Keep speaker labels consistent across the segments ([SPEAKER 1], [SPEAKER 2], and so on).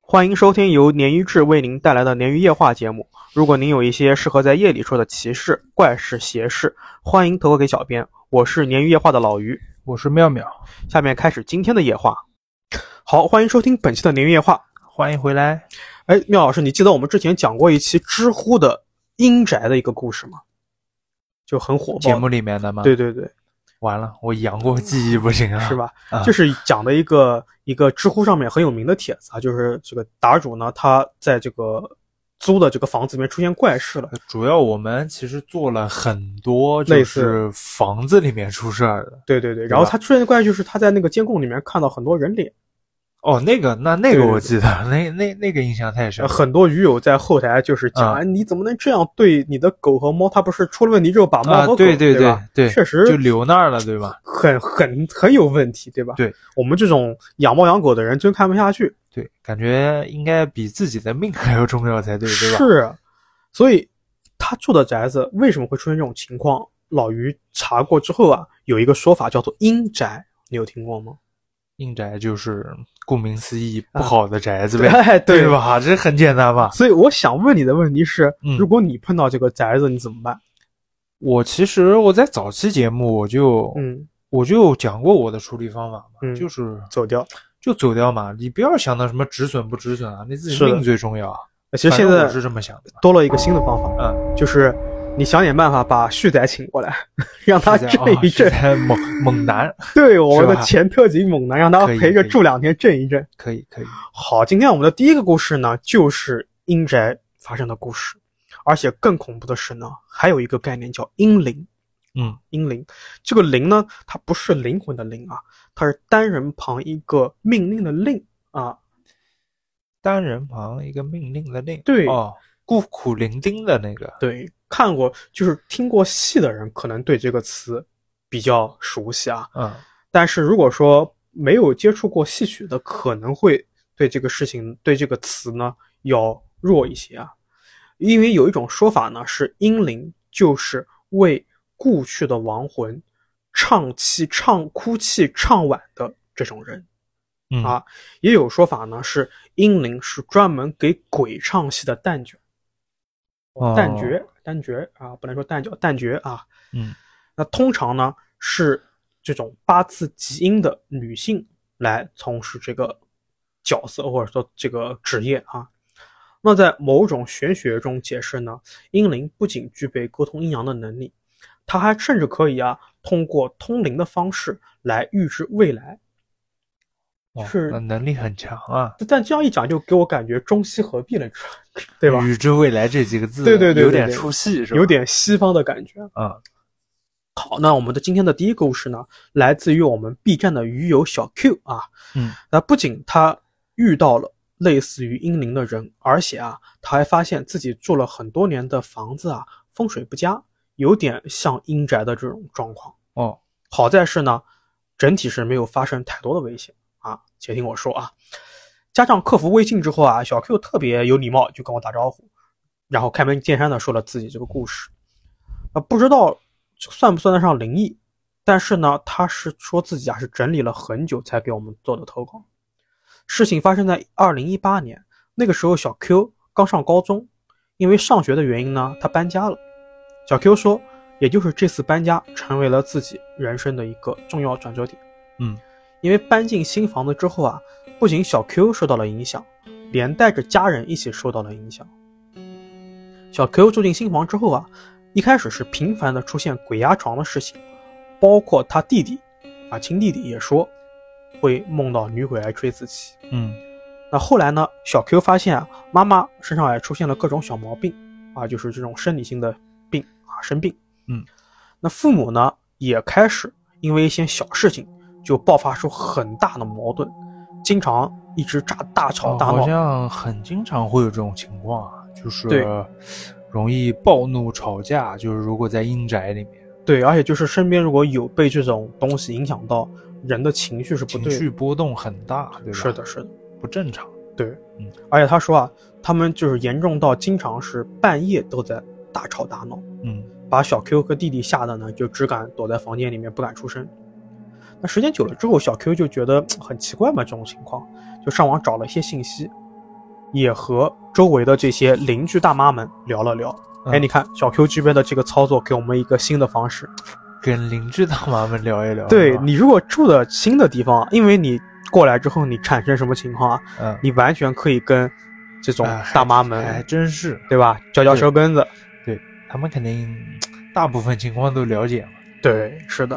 [SPEAKER 1] 欢迎收听由鲶鱼志为您带来的鲶鱼夜话节目。如果您有一些适合在夜里说的奇事、怪事、邪事，欢迎投稿给小编。我是鲶鱼夜话的老于，
[SPEAKER 2] 我是妙妙，
[SPEAKER 1] 下面开始今天的夜话。好，欢迎收听本期的鲶鱼夜话。
[SPEAKER 2] 欢迎回来。
[SPEAKER 1] 哎，妙老师，你记得我们之前讲过一期知乎的阴宅的一个故事吗？就很火爆。
[SPEAKER 2] 节目里面的吗？，
[SPEAKER 1] 对对对，
[SPEAKER 2] 完了，我杨过记忆不行啊。
[SPEAKER 1] 是吧？
[SPEAKER 2] 啊
[SPEAKER 1] 就是讲的一个一个知乎上面很有名的帖子啊，就是这个答主呢，他在这个租的这个房子里面出现怪事了。
[SPEAKER 2] 呃主要我们其实做了很多，
[SPEAKER 1] 类
[SPEAKER 2] 就
[SPEAKER 1] 似
[SPEAKER 2] 是房子里面出事儿的。
[SPEAKER 1] 对对对，
[SPEAKER 2] 对
[SPEAKER 1] 然后
[SPEAKER 2] 吧
[SPEAKER 1] 他出现的怪就是他在那个监控里面看到很多人脸，
[SPEAKER 2] 哦，那个，那那
[SPEAKER 1] 对
[SPEAKER 2] 个
[SPEAKER 1] 对对
[SPEAKER 2] 我记得，那那那个印象太深
[SPEAKER 1] 呃
[SPEAKER 2] 了。
[SPEAKER 1] 很多鱼友在后台就是讲，
[SPEAKER 2] 啊
[SPEAKER 1] 哎你怎么能这样对你的狗和猫？它不是出了问题之后把猫
[SPEAKER 2] 啊
[SPEAKER 1] 和狗、，
[SPEAKER 2] 对
[SPEAKER 1] 对
[SPEAKER 2] 对
[SPEAKER 1] 吧
[SPEAKER 2] 对，
[SPEAKER 1] 确实
[SPEAKER 2] 就留那儿了，对吧？
[SPEAKER 1] 很很很有问题，对吧？
[SPEAKER 2] 对，
[SPEAKER 1] 我们这种养猫养狗的人真看不下去，
[SPEAKER 2] 对，感觉应该比自己的命还要重要才对，对吧？
[SPEAKER 1] 是，啊所以他住的宅子为什么会出现这种情况？老于查过之后啊，有一个说法叫做阴宅，你有听过吗？
[SPEAKER 2] 阴宅就是顾名思义，
[SPEAKER 1] 啊
[SPEAKER 2] 不好的宅子呗，
[SPEAKER 1] 对
[SPEAKER 2] 对？吧？这很简单吧？
[SPEAKER 1] 所以我想问你的问题是，
[SPEAKER 2] 嗯
[SPEAKER 1] 如果你碰到这个宅子，你怎么办？
[SPEAKER 2] 我其实我在早期节目我就
[SPEAKER 1] 嗯，
[SPEAKER 2] 我就讲过我的处理方法嘛，
[SPEAKER 1] 嗯
[SPEAKER 2] 就是
[SPEAKER 1] 走掉。
[SPEAKER 2] 就走掉嘛，你不要想到什么止损不止损啊，你自己
[SPEAKER 1] 是的
[SPEAKER 2] 命最重要啊。
[SPEAKER 1] 其实
[SPEAKER 2] 反正
[SPEAKER 1] 现在
[SPEAKER 2] 我是这么想的嘛，
[SPEAKER 1] 多了一个新的方法，
[SPEAKER 2] 嗯，
[SPEAKER 1] 就是你想点办法把旭仔请过来， 让他
[SPEAKER 2] 现
[SPEAKER 1] 震
[SPEAKER 2] 在啊
[SPEAKER 1] 一
[SPEAKER 2] 现
[SPEAKER 1] 震。
[SPEAKER 2] 在猛猛男，
[SPEAKER 1] 对，我们的
[SPEAKER 2] 是吧
[SPEAKER 1] 前特警猛男，让他
[SPEAKER 2] 可以
[SPEAKER 1] 陪着
[SPEAKER 2] 可以
[SPEAKER 1] 住两天，震一震。
[SPEAKER 2] 可以可以，
[SPEAKER 1] 好，今天我们的第一个故事呢，就是阴宅发生的故事，而且更恐怖的是呢，还有一个概念叫阴灵。
[SPEAKER 2] 嗯，
[SPEAKER 1] 阴灵，这个灵呢，它不是灵魂的灵啊，它是单人旁一个命令的令啊。
[SPEAKER 2] 单人旁一个命令的令，
[SPEAKER 1] 对
[SPEAKER 2] 哦，孤苦伶仃的那个，
[SPEAKER 1] 对，看过就是听过戏的人，可能对这个词比较熟悉啊。
[SPEAKER 2] 嗯，
[SPEAKER 1] 但是如果说没有接触过戏曲的，可能会对这个事情、对这个词呢要弱一些啊。因为有一种说法呢，是阴灵就是为故去的亡魂唱泣、唱哭泣、唱晚的这种人。
[SPEAKER 2] 嗯
[SPEAKER 1] 啊也有说法呢，是阴灵是专门给鬼唱戏的旦角、
[SPEAKER 2] 哦
[SPEAKER 1] 旦角、旦角啊，不能说旦角、旦角啊。
[SPEAKER 2] 嗯
[SPEAKER 1] 那通常呢是这种八字极阴的女性来从事这个角色或者说这个职业啊。那在某种玄学中解释呢，阴灵不仅具备沟通阴阳的能力，它还甚至可以啊通过通灵的方式来预知未来。
[SPEAKER 2] 哦
[SPEAKER 1] 是
[SPEAKER 2] 那能力很强啊，
[SPEAKER 1] 但这样一讲，就给我感觉中西合璧了， 对吧？
[SPEAKER 2] 预知未来这几个字，
[SPEAKER 1] 对对对对
[SPEAKER 2] 有点
[SPEAKER 1] 对
[SPEAKER 2] 出嗯戏是吧？
[SPEAKER 1] 有，点西方的感觉。啊
[SPEAKER 2] 嗯
[SPEAKER 1] 好，那我们的今天的第一个故事呢，来自于我们 B 站的鱼友小 Q 啊，
[SPEAKER 2] 嗯，
[SPEAKER 1] 那不仅他遇到了类似于阴灵的人，而且啊，他还发现自己住了很多年的房子啊，风水不佳，有点像阴宅的这种状况。
[SPEAKER 2] 哦，
[SPEAKER 1] 好在是呢，整体是没有发生太多的危险啊。且听我说啊，加上客服微信之后啊，小 Q 特别有礼貌，就跟我打招呼，然后开门见山的说了自己这个故事。啊，不知道算不算得上灵异，但是呢，他是说自己啊是整理了很久才给我们做的投稿。事情发生在二零一八年，那个时候小 Q 刚上高中，因为上学的原因呢，他搬家了。小 Q 说，也就是这次搬家成为了自己人生的一个重要转折点。
[SPEAKER 2] 嗯，
[SPEAKER 1] 因为搬进新房子之后啊，不仅小 Q 受到了影响，连带着家人一起受到了影响。小 Q 住进新房之后啊，一开始是频繁的出现鬼压床的事情，包括他弟弟啊亲弟弟也说，会梦到女鬼来追自己。
[SPEAKER 2] 嗯
[SPEAKER 1] 那后来呢，小 Q 发现啊，妈妈身上也出现了各种小毛病啊，就是这种生理性的病啊，生病。
[SPEAKER 2] 嗯，
[SPEAKER 1] 那父母呢也开始因为一些小事情就爆发出很大的矛盾，经常一直炸大吵
[SPEAKER 2] 哦
[SPEAKER 1] 大闹
[SPEAKER 2] 好。像很经常会有这种情况啊，就是
[SPEAKER 1] 对
[SPEAKER 2] 容易暴怒吵架，就是如果在阴宅里面，
[SPEAKER 1] 对，而且就是身边如果有被这种东西影响到，人的情绪是不
[SPEAKER 2] 情
[SPEAKER 1] 对
[SPEAKER 2] 绪波动很大，对吧？
[SPEAKER 1] 是的，，是的。
[SPEAKER 2] 不正常。嗯
[SPEAKER 1] 而且他说啊，他们就是严重到经常是半夜都在大吵大闹。
[SPEAKER 2] 嗯
[SPEAKER 1] 把小 Q 和弟弟吓得呢，就只敢躲在房间里面不敢出声。那时间久了之后，小 Q 就觉得嘖很奇怪嘛，这种情况，就上网找了一些信息，也和周围的这些邻居大妈们聊了聊。哎，
[SPEAKER 2] 嗯
[SPEAKER 1] 你看小 Q 这边的这个操作，给我们一个新的方式。
[SPEAKER 2] 跟邻居大妈们聊一聊。嗯是
[SPEAKER 1] 对
[SPEAKER 2] 吧
[SPEAKER 1] 你如果住的新的地方啊，因为你过来之后，你产生什么情况啊，
[SPEAKER 2] 嗯，
[SPEAKER 1] 你完全可以跟这种
[SPEAKER 2] 哎还
[SPEAKER 1] 大妈们，
[SPEAKER 2] 还真是，
[SPEAKER 1] 对吧，嚼嚼
[SPEAKER 2] 对
[SPEAKER 1] 舌根子。
[SPEAKER 2] 他们肯定大部分情况都了解嘛。
[SPEAKER 1] 对，是的。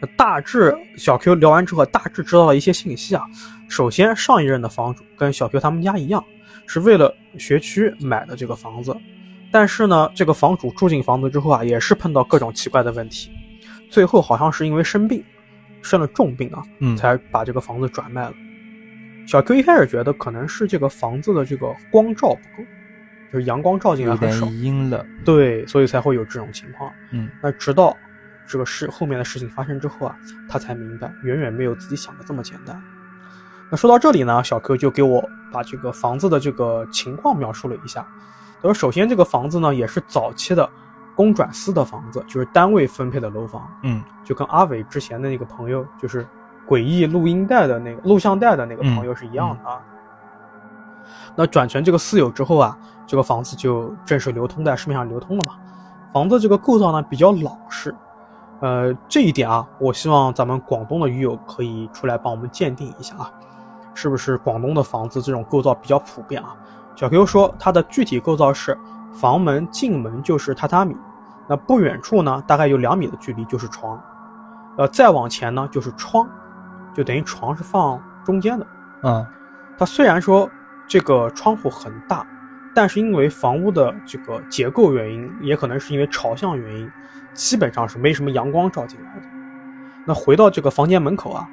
[SPEAKER 1] 那大致小 Q 聊完之后，大致知道了一些信息啊。首先，上一任的房主跟小 Q 他们家一样，是为了学区买的这个房子，但是呢，这个房主住进房子之后啊，也是碰到各种奇怪的问题，最后好像是因为生病，生了重病啊，
[SPEAKER 2] 嗯
[SPEAKER 1] 才把这个房子转卖了。小 Q 一开始觉得可能是这个房子的这个光照不够，就是阳光照进来
[SPEAKER 2] 有
[SPEAKER 1] 很
[SPEAKER 2] 点
[SPEAKER 1] 少，
[SPEAKER 2] 阴了。
[SPEAKER 1] 对，所以才会有这种情况。
[SPEAKER 2] 嗯，
[SPEAKER 1] 那直到这个事后面的事情发生之后啊，他才明白，远远没有自己想的这么简单。那说到这里呢，小 Q 就给我把这个房子的这个情况描述了一下。他说，首先这个房子呢也是早期的公转私的房子，就是单位分配的楼房，
[SPEAKER 2] 嗯
[SPEAKER 1] 就跟阿伟之前的那个朋友，就是诡异录音带的那个录像带的那个朋友是一样的啊。那转成这个私有之后啊，这个房子就正式流通在市面上流通了嘛。房子这个构造呢比较老式，呃，这一点啊，我希望咱们广东的鱼友可以出来帮我们鉴定一下啊，是不是广东的房子这种构造比较普遍啊？小 Q 说，它的具体构造是房门进门就是榻榻米，那不远处呢，大概有两米的距离就是床，呃，再往前呢就是窗，就等于床是放中间的。
[SPEAKER 2] 啊
[SPEAKER 1] 它虽然说这个窗户很大，但是因为房屋的这个结构原因，也可能是因为朝向原因，基本上是没什么阳光照进来的。那回到这个房间门口啊，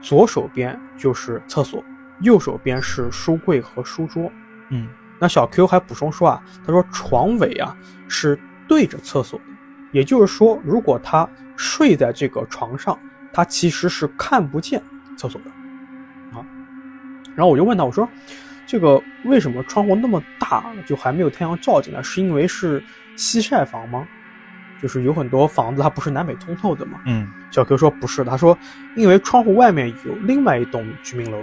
[SPEAKER 1] 左手边就是厕所，右手边是书柜和书桌。
[SPEAKER 2] 嗯
[SPEAKER 1] 那小 Q 还补充说啊，他说床尾啊是对着厕所的，也就是说，如果他睡在这个床上，他其实是看不见厕所的啊。然后我就问他，我说这个为什么窗户那么大，啊就还没有太阳照进来？是因为是西晒房吗？就是有很多房子它不是南北通透的嘛。
[SPEAKER 2] 嗯
[SPEAKER 1] 小 Q 说不是，他说因为窗户外面有另外一栋居民楼，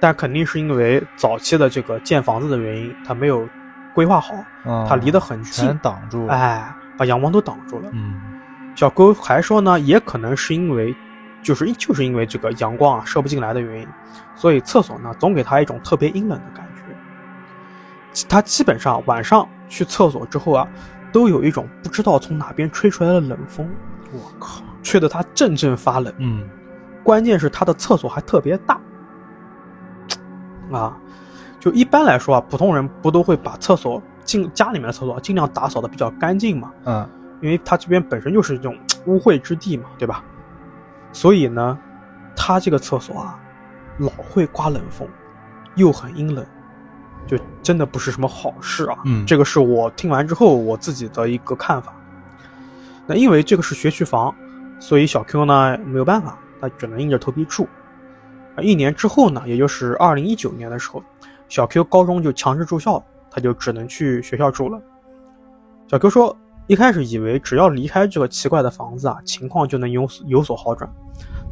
[SPEAKER 1] 但肯定是因为早期的这个建房子的原因，他没有规划好，
[SPEAKER 2] 啊，
[SPEAKER 1] 他离得很近，
[SPEAKER 2] 全挡住了。
[SPEAKER 1] 哎，把阳光都挡住了。
[SPEAKER 2] 嗯
[SPEAKER 1] 小 Q 还说呢，也可能是因为，就是就是因为这个阳光啊射不进来的原因，所以厕所呢总给他一种特别阴冷的感觉。其他基本上晚上去厕所之后啊，都有一种不知道从哪边吹出来的冷风，我靠，吹得他阵阵发冷。
[SPEAKER 2] 嗯
[SPEAKER 1] 关键是他的厕所还特别大，啊，就一般来说啊，普通人不都会把厕所尽家里面的厕所啊尽量打扫的比较干净嘛，
[SPEAKER 2] 啊
[SPEAKER 1] 因为他这边本身就是这种污秽之地嘛，对吧？所以呢，他这个厕所啊，老会刮冷风，又很阴冷，就真的不是什么好事啊。
[SPEAKER 2] 嗯
[SPEAKER 1] 这个是我听完之后我自己的一个看法。那因为这个是学区房，所以小 Q 呢没有办法，他只能硬着头皮住。啊一年之后呢，也就是二零一九年的时候，小 Q 高中就强制住校了，他就只能去学校住了。小 Q 说，一开始以为只要离开这个奇怪的房子啊，情况就能有有所好转，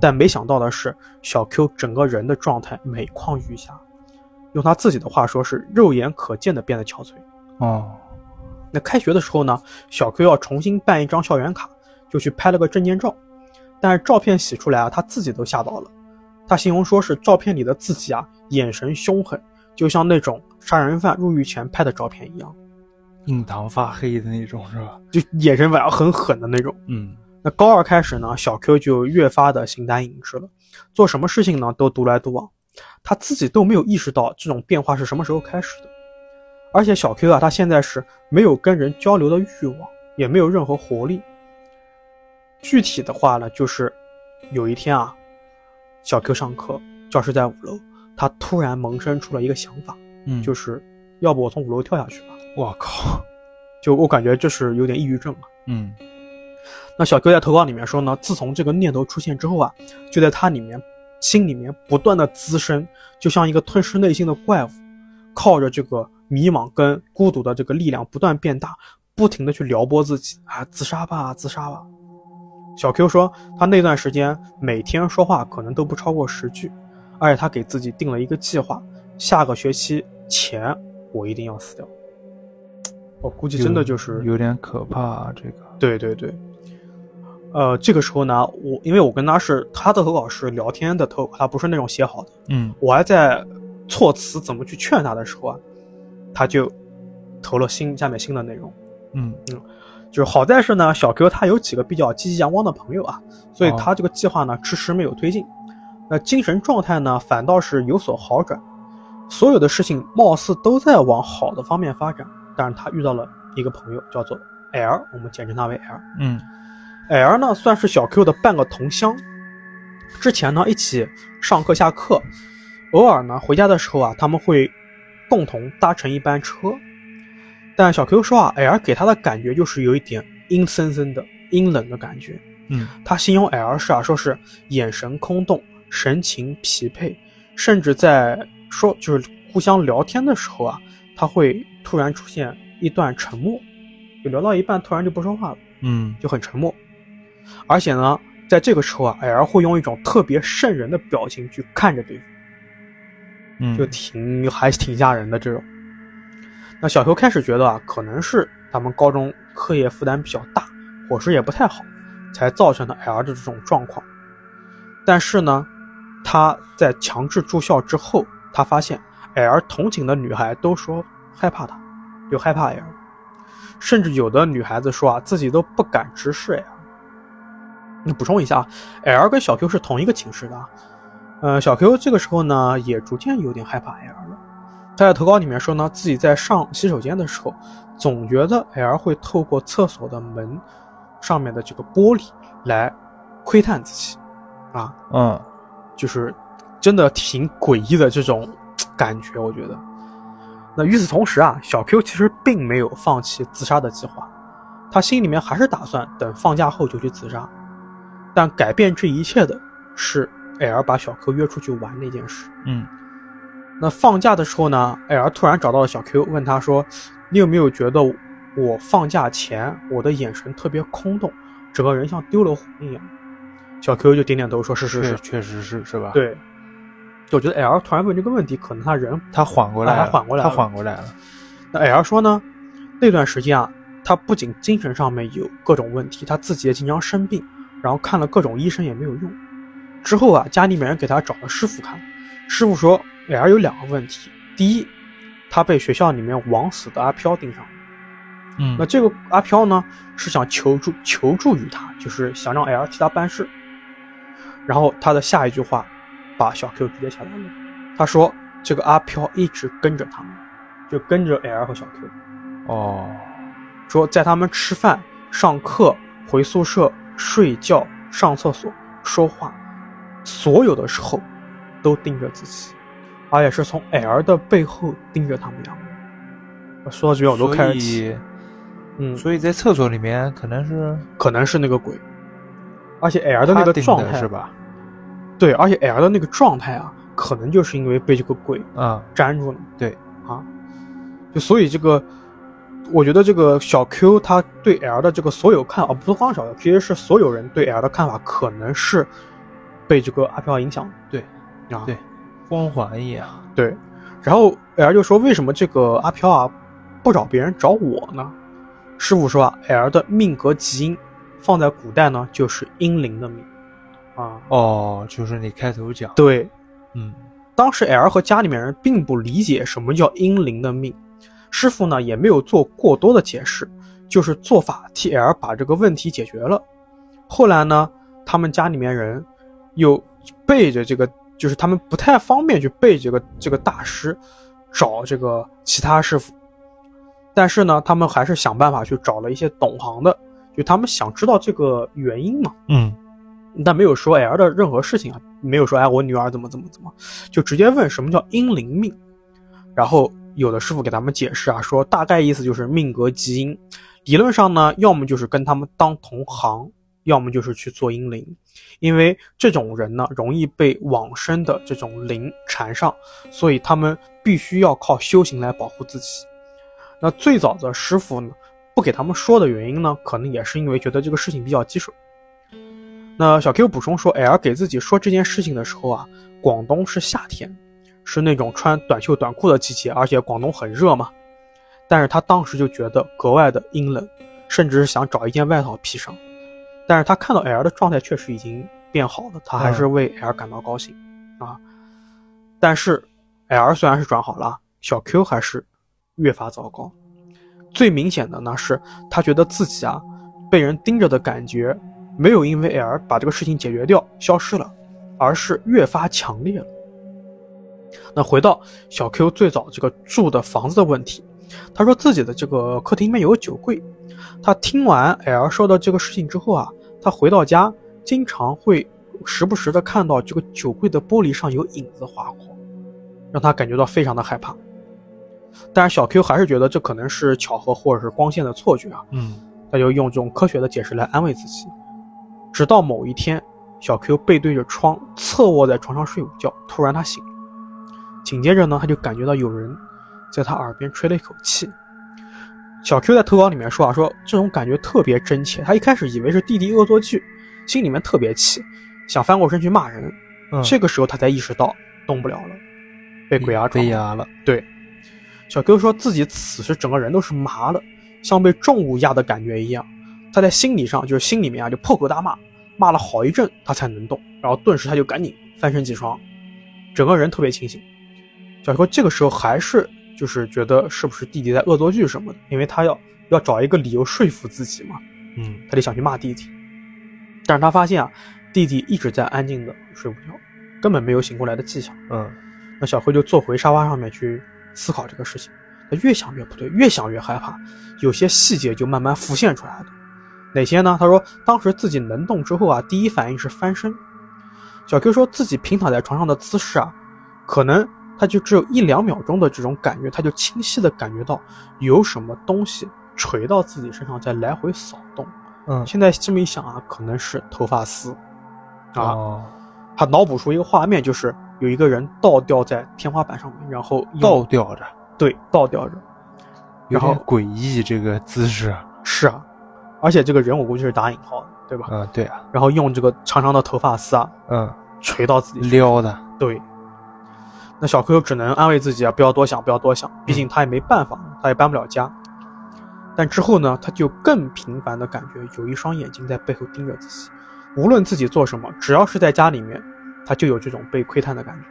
[SPEAKER 1] 但没想到的是，小 Q 整个人的状态每况愈下，用他自己的话说是肉眼可见的变得憔悴。
[SPEAKER 2] 哦
[SPEAKER 1] 那开学的时候呢，小 Q 要重新办一张校园卡，就去拍了个证件照，但是照片洗出来啊，他自己都吓到了。他形容说是照片里的自己啊，眼神凶狠，就像那种杀人犯入狱前拍的照片一样，
[SPEAKER 2] 印堂发黑的那种是吧？
[SPEAKER 1] 就眼神反而很狠的那种。
[SPEAKER 2] 嗯
[SPEAKER 1] 那高二开始呢，小 Q 就越发的形单影只了，做什么事情呢都独来独往，他自己都没有意识到这种变化是什么时候开始的。而且小 Q 啊，他现在是没有跟人交流的欲望，也没有任何活力。具体的话呢，就是有一天啊，小 Q 上课，教室在五楼，他突然萌生出了一个想法，
[SPEAKER 2] 嗯，
[SPEAKER 1] 就是是要不我从五楼跳下去吧？
[SPEAKER 2] 我靠，
[SPEAKER 1] 就我感觉这是有点抑郁症啊。
[SPEAKER 2] 嗯
[SPEAKER 1] 那小哥在投稿里面说呢，自从这个念头出现之后啊，就在他里面心里面不断的滋生，就像一个吞噬内心的怪物，靠着这个迷茫跟孤独的这个力量不断变大，不停的去撩拨自己啊，自杀吧，自杀吧。小 Q 说，他那段时间每天说话可能都不超过十句，而且他给自己定了一个计划，下个学期前我一定要死掉。我估计真的就是
[SPEAKER 2] 有点可怕，啊这个
[SPEAKER 1] 对对对，呃，这个时候呢，我因为我跟他是他的投稿是聊天的投稿，他不是那种写好的，
[SPEAKER 2] 嗯
[SPEAKER 1] 我还在措辞怎么去劝他的时候啊，他就投了新下面新的内容，
[SPEAKER 2] 嗯
[SPEAKER 1] 就是好在是呢，小 Q 他有几个比较积极阳光的朋友啊，所以他这个计划呢迟迟没有推进，那精神状态呢反倒是有所好转，所有的事情貌似都在往好的方面发展，但是他遇到了一个朋友叫做 L，我们简称他为 L。
[SPEAKER 2] 嗯
[SPEAKER 1] L 呢算是小 Q 的半个同乡，之前呢一起上课下课，偶尔呢回家的时候啊，他们会共同搭乘一班车。但小 Q 说啊，L 给他的感觉就是有一点阴森森的、阴冷的感觉。
[SPEAKER 2] 嗯
[SPEAKER 1] 他形容 L 是啊，说是眼神空洞、神情疲惫，甚至在说就是互相聊天的时候啊，他会突然出现一段沉默，就聊到一半突然就不说话了。
[SPEAKER 2] 嗯
[SPEAKER 1] 就很沉默。而且呢，在这个时候啊，L 会用一种特别瘆人的表情去看着对方，
[SPEAKER 2] 嗯，
[SPEAKER 1] 就挺还是挺吓人的这种。那小球开始觉得啊，可能是咱们高中课业负担比较大，伙食也不太好，才造成了 L 的这种状况。但是呢，他在强制住校之后，他发现 L 同寝的女孩都说害怕他，就害怕 L，甚至有的女孩子说啊，自己都不敢直视 L。你补充一下啊，L 跟小 Q 是同一个寝室的啊。呃，小 Q 这个时候呢，也逐渐有点害怕 L 了。他在投稿里面说呢，自己在上洗手间的时候，总觉得 L 会透过厕所的门上面的这个玻璃来窥探自己，啊，
[SPEAKER 2] 嗯
[SPEAKER 1] 就是真的挺诡异的这种嘖感觉，我觉得。那与此同时啊，小 Q 其实并没有放弃自杀的计划，他心里面还是打算等放假后就去自杀。但改变这一切的是 L 把小 Q 约出去玩那件事。
[SPEAKER 2] 嗯
[SPEAKER 1] 那放假的时候呢，L 突然找到了小 Q，问他说：“你有没有觉得我放假前我的眼神特别空洞，整个人像丢了魂一样？”小 Q 就点点头说：“是是
[SPEAKER 2] 确
[SPEAKER 1] 是，
[SPEAKER 2] 确实是是吧？，
[SPEAKER 1] 对，就我觉得 L 突然问这个问题，可能他人
[SPEAKER 2] 他缓过
[SPEAKER 1] 啊
[SPEAKER 2] 来
[SPEAKER 1] 他
[SPEAKER 2] 了，
[SPEAKER 1] 缓过来
[SPEAKER 2] 他
[SPEAKER 1] 了
[SPEAKER 2] 缓过来了，
[SPEAKER 1] 那 L 说呢，那段时间啊，他不仅精神上面有各种问题，他自己也经常生病，然后看了各种医生也没有用。之后啊，家里面人给他找了师傅看，师傅说 L 有两个问题，第一，他被学校里面枉死的阿飘盯上了。
[SPEAKER 2] 嗯
[SPEAKER 1] 那这个阿飘呢，是想求助求助于他，就是想让 L 替他办事。然后他的下一句话，把小 Q 直接吓到了。他说：“这个阿飘一直跟着他们，就跟着 L 和小 Q，
[SPEAKER 2] 哦
[SPEAKER 1] 说在他们吃饭、上课、回宿舍、睡觉、上厕所、说话，所有的时候都盯着自己，而且是从 L 的背后盯着他们两个人。”我说到这边我都开始起，
[SPEAKER 2] 所
[SPEAKER 1] 嗯
[SPEAKER 2] 以，所以在厕所里面可能是
[SPEAKER 1] 可能是那个鬼，而且 L 的那
[SPEAKER 2] 他
[SPEAKER 1] 个
[SPEAKER 2] 盯
[SPEAKER 1] 状
[SPEAKER 2] 的
[SPEAKER 1] 态嗯
[SPEAKER 2] 是？吧？
[SPEAKER 1] 对，而且 L 的那个状态啊，可能就是因为被这个鬼
[SPEAKER 2] 嗯
[SPEAKER 1] 粘住了。
[SPEAKER 2] 对，
[SPEAKER 1] 啊，就所以这个，我觉得这个小 Q 他对 L 的这个所有看法，哦不是光小 Q，其实是所有人对 L 的看法，可能是被这个阿飘影响的。
[SPEAKER 2] 对，
[SPEAKER 1] 啊，
[SPEAKER 2] 对光环一样。
[SPEAKER 1] 对，然后 L 就说：“为什么这个阿飘啊不找别人，找我呢？”师傅说啊，L 的命格基因放在古代呢，就是阴灵的命啊。
[SPEAKER 2] 哦，就是你开头讲，
[SPEAKER 1] 对，
[SPEAKER 2] 嗯
[SPEAKER 1] 当时 L 和家里面人并不理解什么叫阴灵的命，师傅呢也没有做过多的解释，就是做法替 L 把这个问题解决了。后来呢，他们家里面人又背着这个，就是他们不太方便去背这个这个大师，找这个其他师傅，但是呢，他们还是想办法去找了一些懂行的，就他们想知道这个原因嘛。
[SPEAKER 2] 嗯
[SPEAKER 1] 但没有说 L 的任何事情啊，没有说哎我女儿怎么怎么怎么，就直接问什么叫阴灵命，然后有的师傅给他们解释啊，说大概意思就是命格基因，理论上呢，要么就是跟他们当同行，要么就是去做阴灵，因为这种人呢容易被往生的这种灵缠上，所以他们必须要靠修行来保护自己。那最早的师傅呢，不给他们说的原因呢，可能也是因为觉得这个事情比较棘手。哎那小 Q 补充说，L 给自己说这件事情的时候啊，广东是夏天，是那种穿短袖短裤的季节，而且广东很热嘛。但是他当时就觉得格外的阴冷，甚至是想找一件外套披上。但是他看到 L 的状态确实已经变好了，他还是为 L 感到高兴、啊。但是 L 虽然是转好了，啊小 Q 还是越发糟糕。最明显的呢是，他觉得自己啊被人盯着的感觉，没有因为 L 把这个事情解决掉消失了，而是越发强烈了。那回到小 Q 最早这个住的房子的问题，他说自己的这个客厅里面有个酒柜，他听完 L 说的这个事情之后啊，他回到家经常会时不时的看到这个酒柜的玻璃上有影子划过，让他感觉到非常的害怕。但是小 Q 还是觉得这可能是巧合或者是光线的错觉啊，
[SPEAKER 2] 嗯
[SPEAKER 1] 他就用这种科学的解释来安慰自己。直到某一天，小 Q 背对着窗，侧卧在床上睡午觉，突然他醒了，紧接着呢，他就感觉到有人在他耳边吹了一口气。小 Q 在投稿里面说啊，说这种感觉特别真切，他一开始以为是弟弟恶作剧，心里面特别气，想翻过身去骂人。
[SPEAKER 2] 嗯，
[SPEAKER 1] 这个时候他才意识到动不了了，被鬼压床
[SPEAKER 2] 嗯被
[SPEAKER 1] 了。
[SPEAKER 2] 压了，
[SPEAKER 1] 小 Q 说自己此时整个人都是麻了，像被重物压的感觉一样。他在心理上就是心里面啊就破口大骂，骂了好一阵他才能动，然后顿时他就赶紧翻身起床，整个人特别清醒。小 Q 这个时候还是就是觉得是不是弟弟在恶作剧什么的，因为他要要找一个理由说服自己嘛，
[SPEAKER 2] 嗯
[SPEAKER 1] 他就想去骂弟弟，但是他发现啊，弟弟一直在安静的睡午觉，根本没有醒过来的迹象。
[SPEAKER 2] 嗯
[SPEAKER 1] 那小辉就坐回沙发上面去思考这个事情。他越想越不对，越想越害怕，有些细节就慢慢浮现出来了。哪些呢？他说，当时自己能动之后啊，第一反应是翻身。小 Q 说自己平躺在床上的姿势啊，可能他就只有一两秒钟的这种感觉，他就清晰的感觉到有什么东西垂到自己身上在来回扫动。
[SPEAKER 2] 嗯
[SPEAKER 1] 现在这么一想啊，可能是头发丝啊。
[SPEAKER 2] 哦
[SPEAKER 1] 他脑补出一个画面，就是有一个人倒吊在天花板上面，然后用
[SPEAKER 2] 倒吊着，
[SPEAKER 1] 对倒吊着。
[SPEAKER 2] 有
[SPEAKER 1] 然后
[SPEAKER 2] 点诡异这个姿势，
[SPEAKER 1] 是啊，而且这个人我估计是打引号的，对吧？
[SPEAKER 2] 嗯，对啊，
[SPEAKER 1] 然后用这个长长的头发丝啊
[SPEAKER 2] 嗯，
[SPEAKER 1] 垂到自己身上。
[SPEAKER 2] 撩的，
[SPEAKER 1] 对，那小 Q 只能安慰自己啊，不要多想，不要多想，毕竟他也没办法，他也搬不了家。但之后呢，他就更频繁的感觉有一双眼睛在背后盯着自己，无论自己做什么，只要是在家里面，他就有这种被窥探的感觉。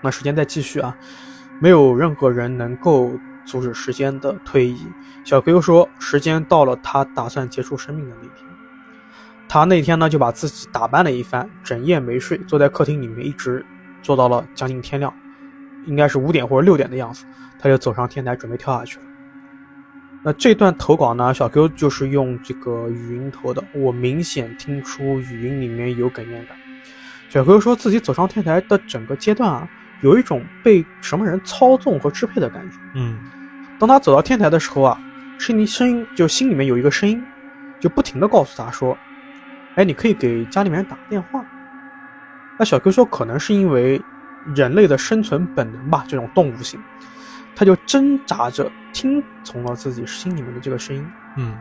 [SPEAKER 1] 那时间再继续啊，没有任何人能够阻止时间的推移。小 Q 说，时间到了，他打算结束生命的那一天。他那天呢就把自己打扮了一番，整夜没睡，坐在客厅里面一直坐到了将近天亮，应该是五点或者六点的样子，他就走上天台准备跳下去了。那这段投稿呢，小 Q 就是用这个语音投的，我明显听出语音里面有哽咽感。小 Q 说自己走上天台的整个阶段啊，有一种被什么人操纵和支配的感觉。
[SPEAKER 2] 嗯
[SPEAKER 1] 当他走到天台的时候啊，心里声音就心里面有一个声音，就不停的告诉他说：“哎，你可以给家里面人打个电话。”那小 Q 说，可能是因为人类的生存本能吧，这种动物性，他就挣扎着听从了自己心里面的这个声音。
[SPEAKER 2] 嗯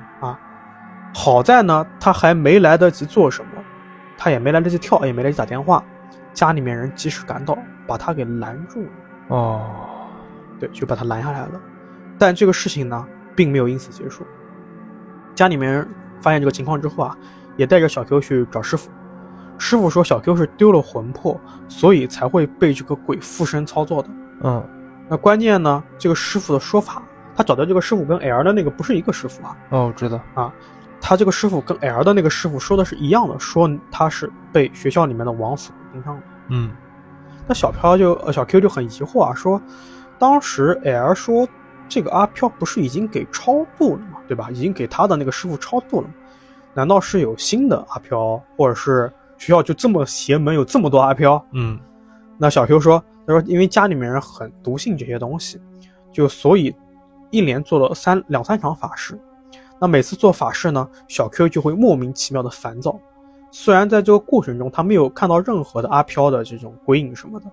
[SPEAKER 1] 好在呢，他还没来得及做什么，他也没来得及跳，也没来得及打电话，家里面人及时赶到，把他给拦住了。
[SPEAKER 2] 哦，
[SPEAKER 1] 对，就把他拦下来了。但这个事情呢，并没有因此结束。家里面人发现这个情况之后啊，也带着小 Q 去找师傅。师傅说小 Q 是丢了魂魄，所以才会被这个鬼附身操作的。
[SPEAKER 2] 嗯
[SPEAKER 1] 那关键呢，这个师傅的说法，他找到这个师傅跟 L 的那个不是一个师傅啊，
[SPEAKER 2] 哦，我知道，
[SPEAKER 1] 他这个师傅跟 L 的那个师傅说的是一样的，说他是被学校里面的王府盯上了。
[SPEAKER 2] 嗯
[SPEAKER 1] 那小飘就呃小 Q 就很疑惑啊，说当时 L 说这个阿飘不是已经给超度了吗？对吧？已经给他的那个师傅超度了吗？难道是有新的阿飘，或者是学校就这么邪门有这么多阿飘？
[SPEAKER 2] 嗯
[SPEAKER 1] 那小 Q 说，他说因为家里面人很笃信这些东西，就所以一连做了三两三场法事。那每次做法事呢，小 Q 就会莫名其妙的烦躁。虽然在这个过程中他没有看到任何的阿飘的这种鬼影什么的，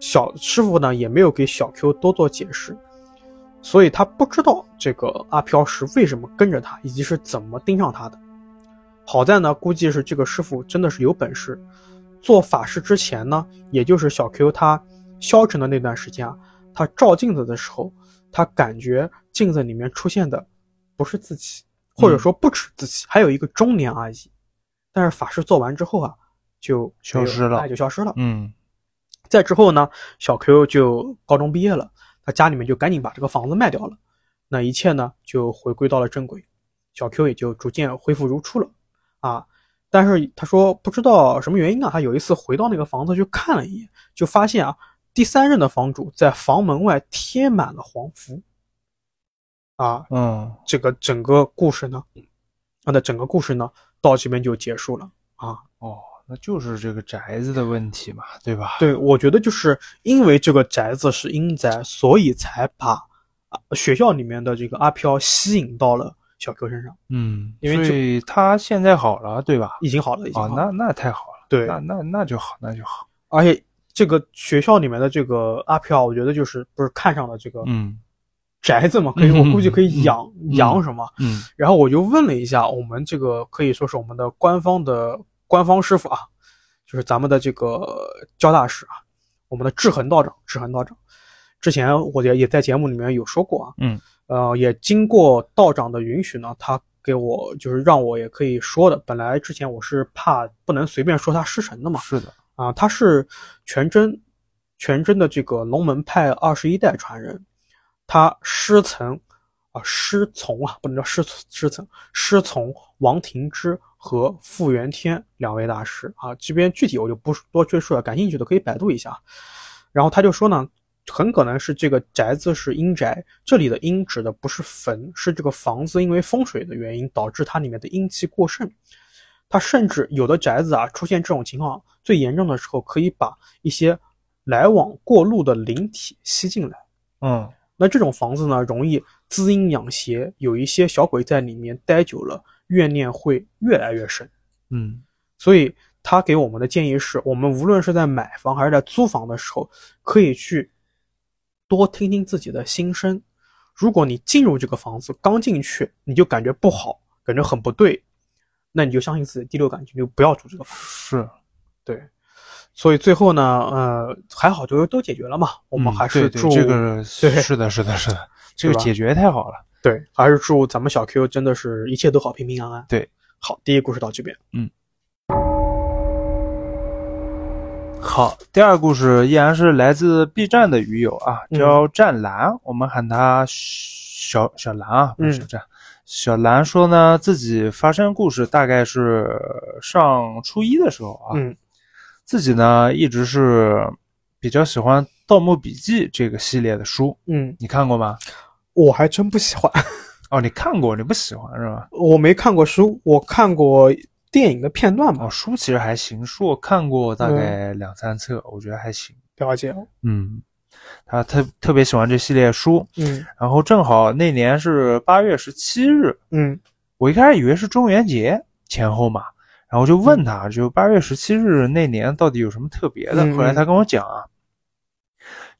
[SPEAKER 1] 小师傅呢也没有给小 Q 多做解释，所以他不知道这个阿飘是为什么跟着他，以及是怎么盯上他的。好在呢，估计是这个师傅真的是有本事，做法事之前呢，也就是小 Q 他消沉的那段时间啊，他照镜子的时候，他感觉镜子里面出现的不是自己，或者说不止自己，还有一个中年阿姨。但是法事做完之后啊，就
[SPEAKER 2] 消
[SPEAKER 1] 没有
[SPEAKER 2] 失了
[SPEAKER 1] 哎就消失了。
[SPEAKER 2] 嗯
[SPEAKER 1] 再之后呢，小 Q 就高中毕业了，他家里面就赶紧把这个房子卖掉了，那一切呢就回归到了正轨，小 Q 也就逐渐恢复如初了啊。但是他说不知道什么原因呢，他有一次回到那个房子去看了一眼，就发现啊，第三任的房主在房门外贴满了黄符，啊，
[SPEAKER 2] 嗯，
[SPEAKER 1] 这个整个故事呢，啊，那整个故事呢到这边就结束了啊。
[SPEAKER 2] 哦，那就是这个宅子的问题嘛，对吧？
[SPEAKER 1] 对，我觉得就是因为这个宅子是阴宅，所以才把啊学校里面的这个阿飘吸引到了小 Q 身上，
[SPEAKER 2] 嗯，
[SPEAKER 1] 因为这
[SPEAKER 2] 所以他现在好了，对吧？
[SPEAKER 1] 已经好了，已经
[SPEAKER 2] 啊
[SPEAKER 1] 好，了。
[SPEAKER 2] 那那太好了，
[SPEAKER 1] 对
[SPEAKER 2] 那那那就好，那就好。
[SPEAKER 1] 而且这个学校里面的这个阿飘，我觉得就是不是看上了这个
[SPEAKER 2] 嗯
[SPEAKER 1] 宅子嘛，可以，我估计可以
[SPEAKER 2] 嗯
[SPEAKER 1] 养
[SPEAKER 2] 嗯
[SPEAKER 1] 养什么。
[SPEAKER 2] 嗯
[SPEAKER 1] 然后我就问了一下我们这个可以说是我们的官方的官方师傅啊，就是咱们的这个焦大师啊，我们的制衡道长，制衡道长，之前我也也在节目里面有说过啊，
[SPEAKER 2] 嗯，
[SPEAKER 1] 呃，也经过道长的允许呢，他给我就是让我也可以说的，本来之前我是怕不能随便说他师承的嘛，
[SPEAKER 2] 是的，
[SPEAKER 1] 啊，他是全真全真的这个龙门派二十一代传人，他师承啊师从啊，不能叫师师承，师从王廷之和傅元天两位大师啊。这边具体我就不多赘述了，感兴趣的可以百度一下。然后他就说呢，很可能是这个宅子是阴宅，这里的阴指的不是坟，是这个房子因为风水的原因导致它里面的阴气过剩。它甚至有的宅子啊，出现这种情况最严重的时候，可以把一些来往过路的灵体吸进来。
[SPEAKER 2] 嗯
[SPEAKER 1] 那这种房子呢，容易滋阴养邪，有一些小鬼在里面待久了，怨念会越来越深。
[SPEAKER 2] 嗯
[SPEAKER 1] 所以他给我们的建议是，我们无论是在买房还是在租房的时候，可以去多听听自己的心声。如果你进入这个房子刚进去，你就感觉不好，感觉很不对，那你就相信自己的第六感觉，你就不要住这个房。
[SPEAKER 2] 是，
[SPEAKER 1] 对，所以最后呢，呃，还好就是都解决了嘛。我们
[SPEAKER 2] 嗯
[SPEAKER 1] 还是
[SPEAKER 2] 对对
[SPEAKER 1] 祝、
[SPEAKER 2] 这个是
[SPEAKER 1] 对
[SPEAKER 2] 是的，是的，是的，这个
[SPEAKER 1] 吧
[SPEAKER 2] 解决太好了。
[SPEAKER 1] 对，还是祝咱们小 Q 真的是一切都好，平平安安。
[SPEAKER 2] 对，嗯
[SPEAKER 1] 好，第一故事到这边。
[SPEAKER 2] 好，第二故事依然是来自 B 站的鱼友啊，
[SPEAKER 1] 嗯
[SPEAKER 2] 叫湛蓝，我们喊他小小蓝啊，不是
[SPEAKER 1] 嗯
[SPEAKER 2] 小湛。小蓝说呢，自己发生故事大概是上初一的时候啊，
[SPEAKER 1] 嗯
[SPEAKER 2] 自己呢一直是比较喜欢《盗墓笔记》这个系列的书，
[SPEAKER 1] 嗯，
[SPEAKER 2] 你看过吗？
[SPEAKER 1] 我还真不喜欢，
[SPEAKER 2] 哦，你看过，你不喜欢是吧？
[SPEAKER 1] 我没看过书，我看过电影的片段吧
[SPEAKER 2] 哦，。书其实还行，书我看过大概两三册，我觉得还行。
[SPEAKER 1] 了解。
[SPEAKER 2] 嗯，他特特别喜欢这系列书，
[SPEAKER 1] 嗯
[SPEAKER 2] 然后正好那年是八月十七日，
[SPEAKER 1] 嗯
[SPEAKER 2] 我一开始以为是中元节前后嘛，然后就问他，就八月十七日那年到底有什么特别的？
[SPEAKER 1] 嗯
[SPEAKER 2] 后来他跟我讲啊，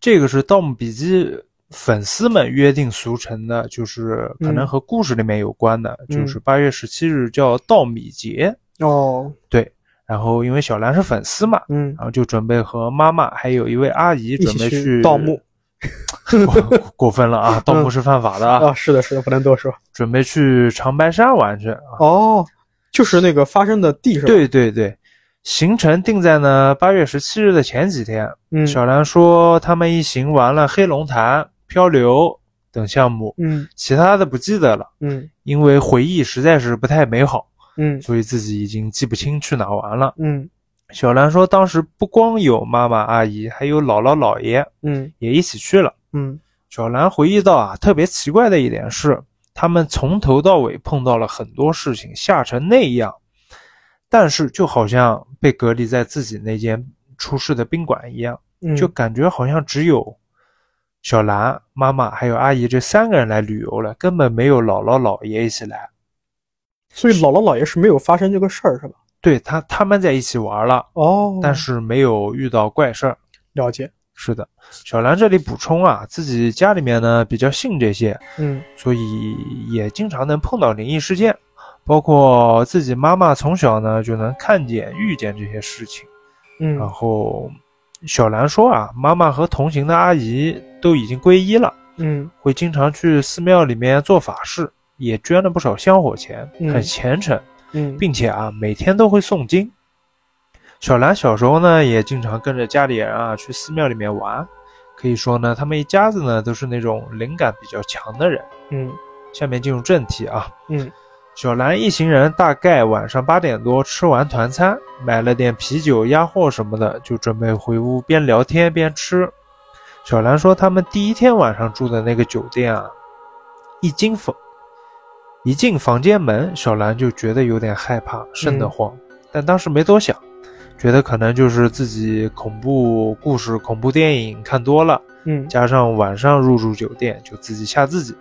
[SPEAKER 2] 这个是《盗墓笔记》粉丝们约定俗成的，就是可能
[SPEAKER 1] 嗯
[SPEAKER 2] 和故事里面有关的，
[SPEAKER 1] 嗯
[SPEAKER 2] 就是八月十七日叫稻米节。
[SPEAKER 1] 哦
[SPEAKER 2] 对，然后因为小兰是粉丝嘛，
[SPEAKER 1] 嗯，
[SPEAKER 2] 然后就准备和妈妈还有一位阿姨
[SPEAKER 1] 一
[SPEAKER 2] 啊准备
[SPEAKER 1] 起盗墓
[SPEAKER 2] 过过分 了啊！盗墓是犯法的啊，
[SPEAKER 1] 啊，是的，是的，不能多说。
[SPEAKER 2] 准备去长白山玩去啊。
[SPEAKER 1] 哦，就是那个发生的地是吧？，
[SPEAKER 2] 对对对，行程定在呢八月十七日的前几天。
[SPEAKER 1] 嗯
[SPEAKER 2] 小兰说，他们一行玩了黑龙潭、漂流等项目，
[SPEAKER 1] 嗯
[SPEAKER 2] 其他的不记得了，
[SPEAKER 1] 嗯
[SPEAKER 2] 因为回忆实在是不太美好，
[SPEAKER 1] 嗯
[SPEAKER 2] 所以自己已经记不清去哪玩了。
[SPEAKER 1] 嗯
[SPEAKER 2] 小兰说，当时不光有妈妈、阿姨，还有姥姥、姥爷
[SPEAKER 1] 嗯
[SPEAKER 2] 也一起去了。
[SPEAKER 1] 嗯，
[SPEAKER 2] 小兰回忆到啊，特别奇怪的一点是，他们从头到尾碰到了很多事情，吓成那样，但是就好像被隔离在自己那间出事的宾馆一样，
[SPEAKER 1] 嗯
[SPEAKER 2] 就感觉好像只有小兰妈妈还有阿姨这三个人来旅游了，根本没有姥姥姥爷一起来。
[SPEAKER 1] 所以姥姥姥爷是没有发生这个事儿是吧？
[SPEAKER 2] 对他，他们在一起玩了，
[SPEAKER 1] 哦，
[SPEAKER 2] 但是没有遇到怪事儿。
[SPEAKER 1] 了解。
[SPEAKER 2] 是的，小兰这里补充啊，自己家里面呢比较信这些，
[SPEAKER 1] 嗯
[SPEAKER 2] 所以也经常能碰到灵异事件，包括自己妈妈从小呢就能看见、遇见这些事情，
[SPEAKER 1] 嗯
[SPEAKER 2] 然后小兰说啊，妈妈和同行的阿姨都已经皈依了，
[SPEAKER 1] 嗯
[SPEAKER 2] 会经常去寺庙里面做法事，也捐了不少香火钱，
[SPEAKER 1] 嗯
[SPEAKER 2] 很虔诚，
[SPEAKER 1] 嗯
[SPEAKER 2] 并且啊每天都会诵经。小兰小时候呢，也经常跟着家里人啊去寺庙里面玩，可以说呢，他们一家子呢都是那种灵感比较强的人。
[SPEAKER 1] 嗯
[SPEAKER 2] 下面进入正题啊，
[SPEAKER 1] 嗯
[SPEAKER 2] 小兰一行人大概晚上八点多吃完团餐，买了点啤酒、鸭货什么的，就准备回屋，边聊天边吃。小兰说，他们第一天晚上住的那个酒店啊，一进房一进房间门，小兰就觉得有点害怕，瘆得慌，但当时没多想，觉得可能就是自己恐怖故事、恐怖电影看多了，
[SPEAKER 1] 嗯
[SPEAKER 2] 加上晚上入住酒店，就自己吓自己。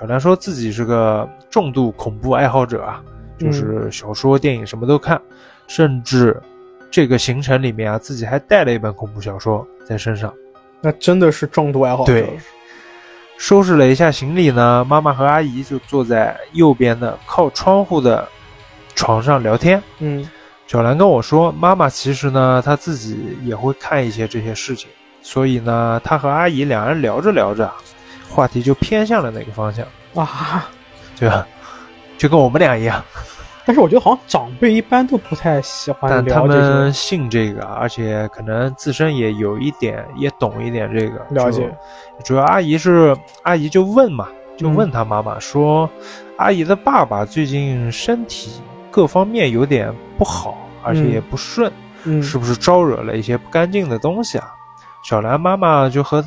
[SPEAKER 2] 小兰说自己是个重度恐怖爱好者啊，
[SPEAKER 1] 嗯
[SPEAKER 2] 就是小说、电影什么都看，甚至这个行程里面啊，自己还带了一本恐怖小说在身上。
[SPEAKER 1] 那真的是重度爱好者。
[SPEAKER 2] 对收拾了一下行李呢，妈妈和阿姨就坐在右边的靠窗户的床上聊天。
[SPEAKER 1] 嗯
[SPEAKER 2] 小兰跟我说，妈妈其实呢，她自己也会看一些这些事情，所以呢，她和阿姨两人聊着聊着啊，话题就偏向了那个方向，
[SPEAKER 1] 啊，
[SPEAKER 2] 对吧？就跟我们俩一样，
[SPEAKER 1] 但是我觉得好像长辈一般都不太喜欢
[SPEAKER 2] 但他
[SPEAKER 1] 聊这
[SPEAKER 2] 们
[SPEAKER 1] 些。
[SPEAKER 2] 信这个，而且可能自身也有一点，也懂一点这个。
[SPEAKER 1] 了解
[SPEAKER 2] 就，主要阿姨是阿姨就问嘛，就
[SPEAKER 1] 嗯
[SPEAKER 2] 问她妈妈、说，阿姨的爸爸最近身体各方面有点不好，而且
[SPEAKER 1] 嗯
[SPEAKER 2] 也不顺。
[SPEAKER 1] 嗯
[SPEAKER 2] 是不是招惹了一些不干净的东西啊？小兰妈妈就和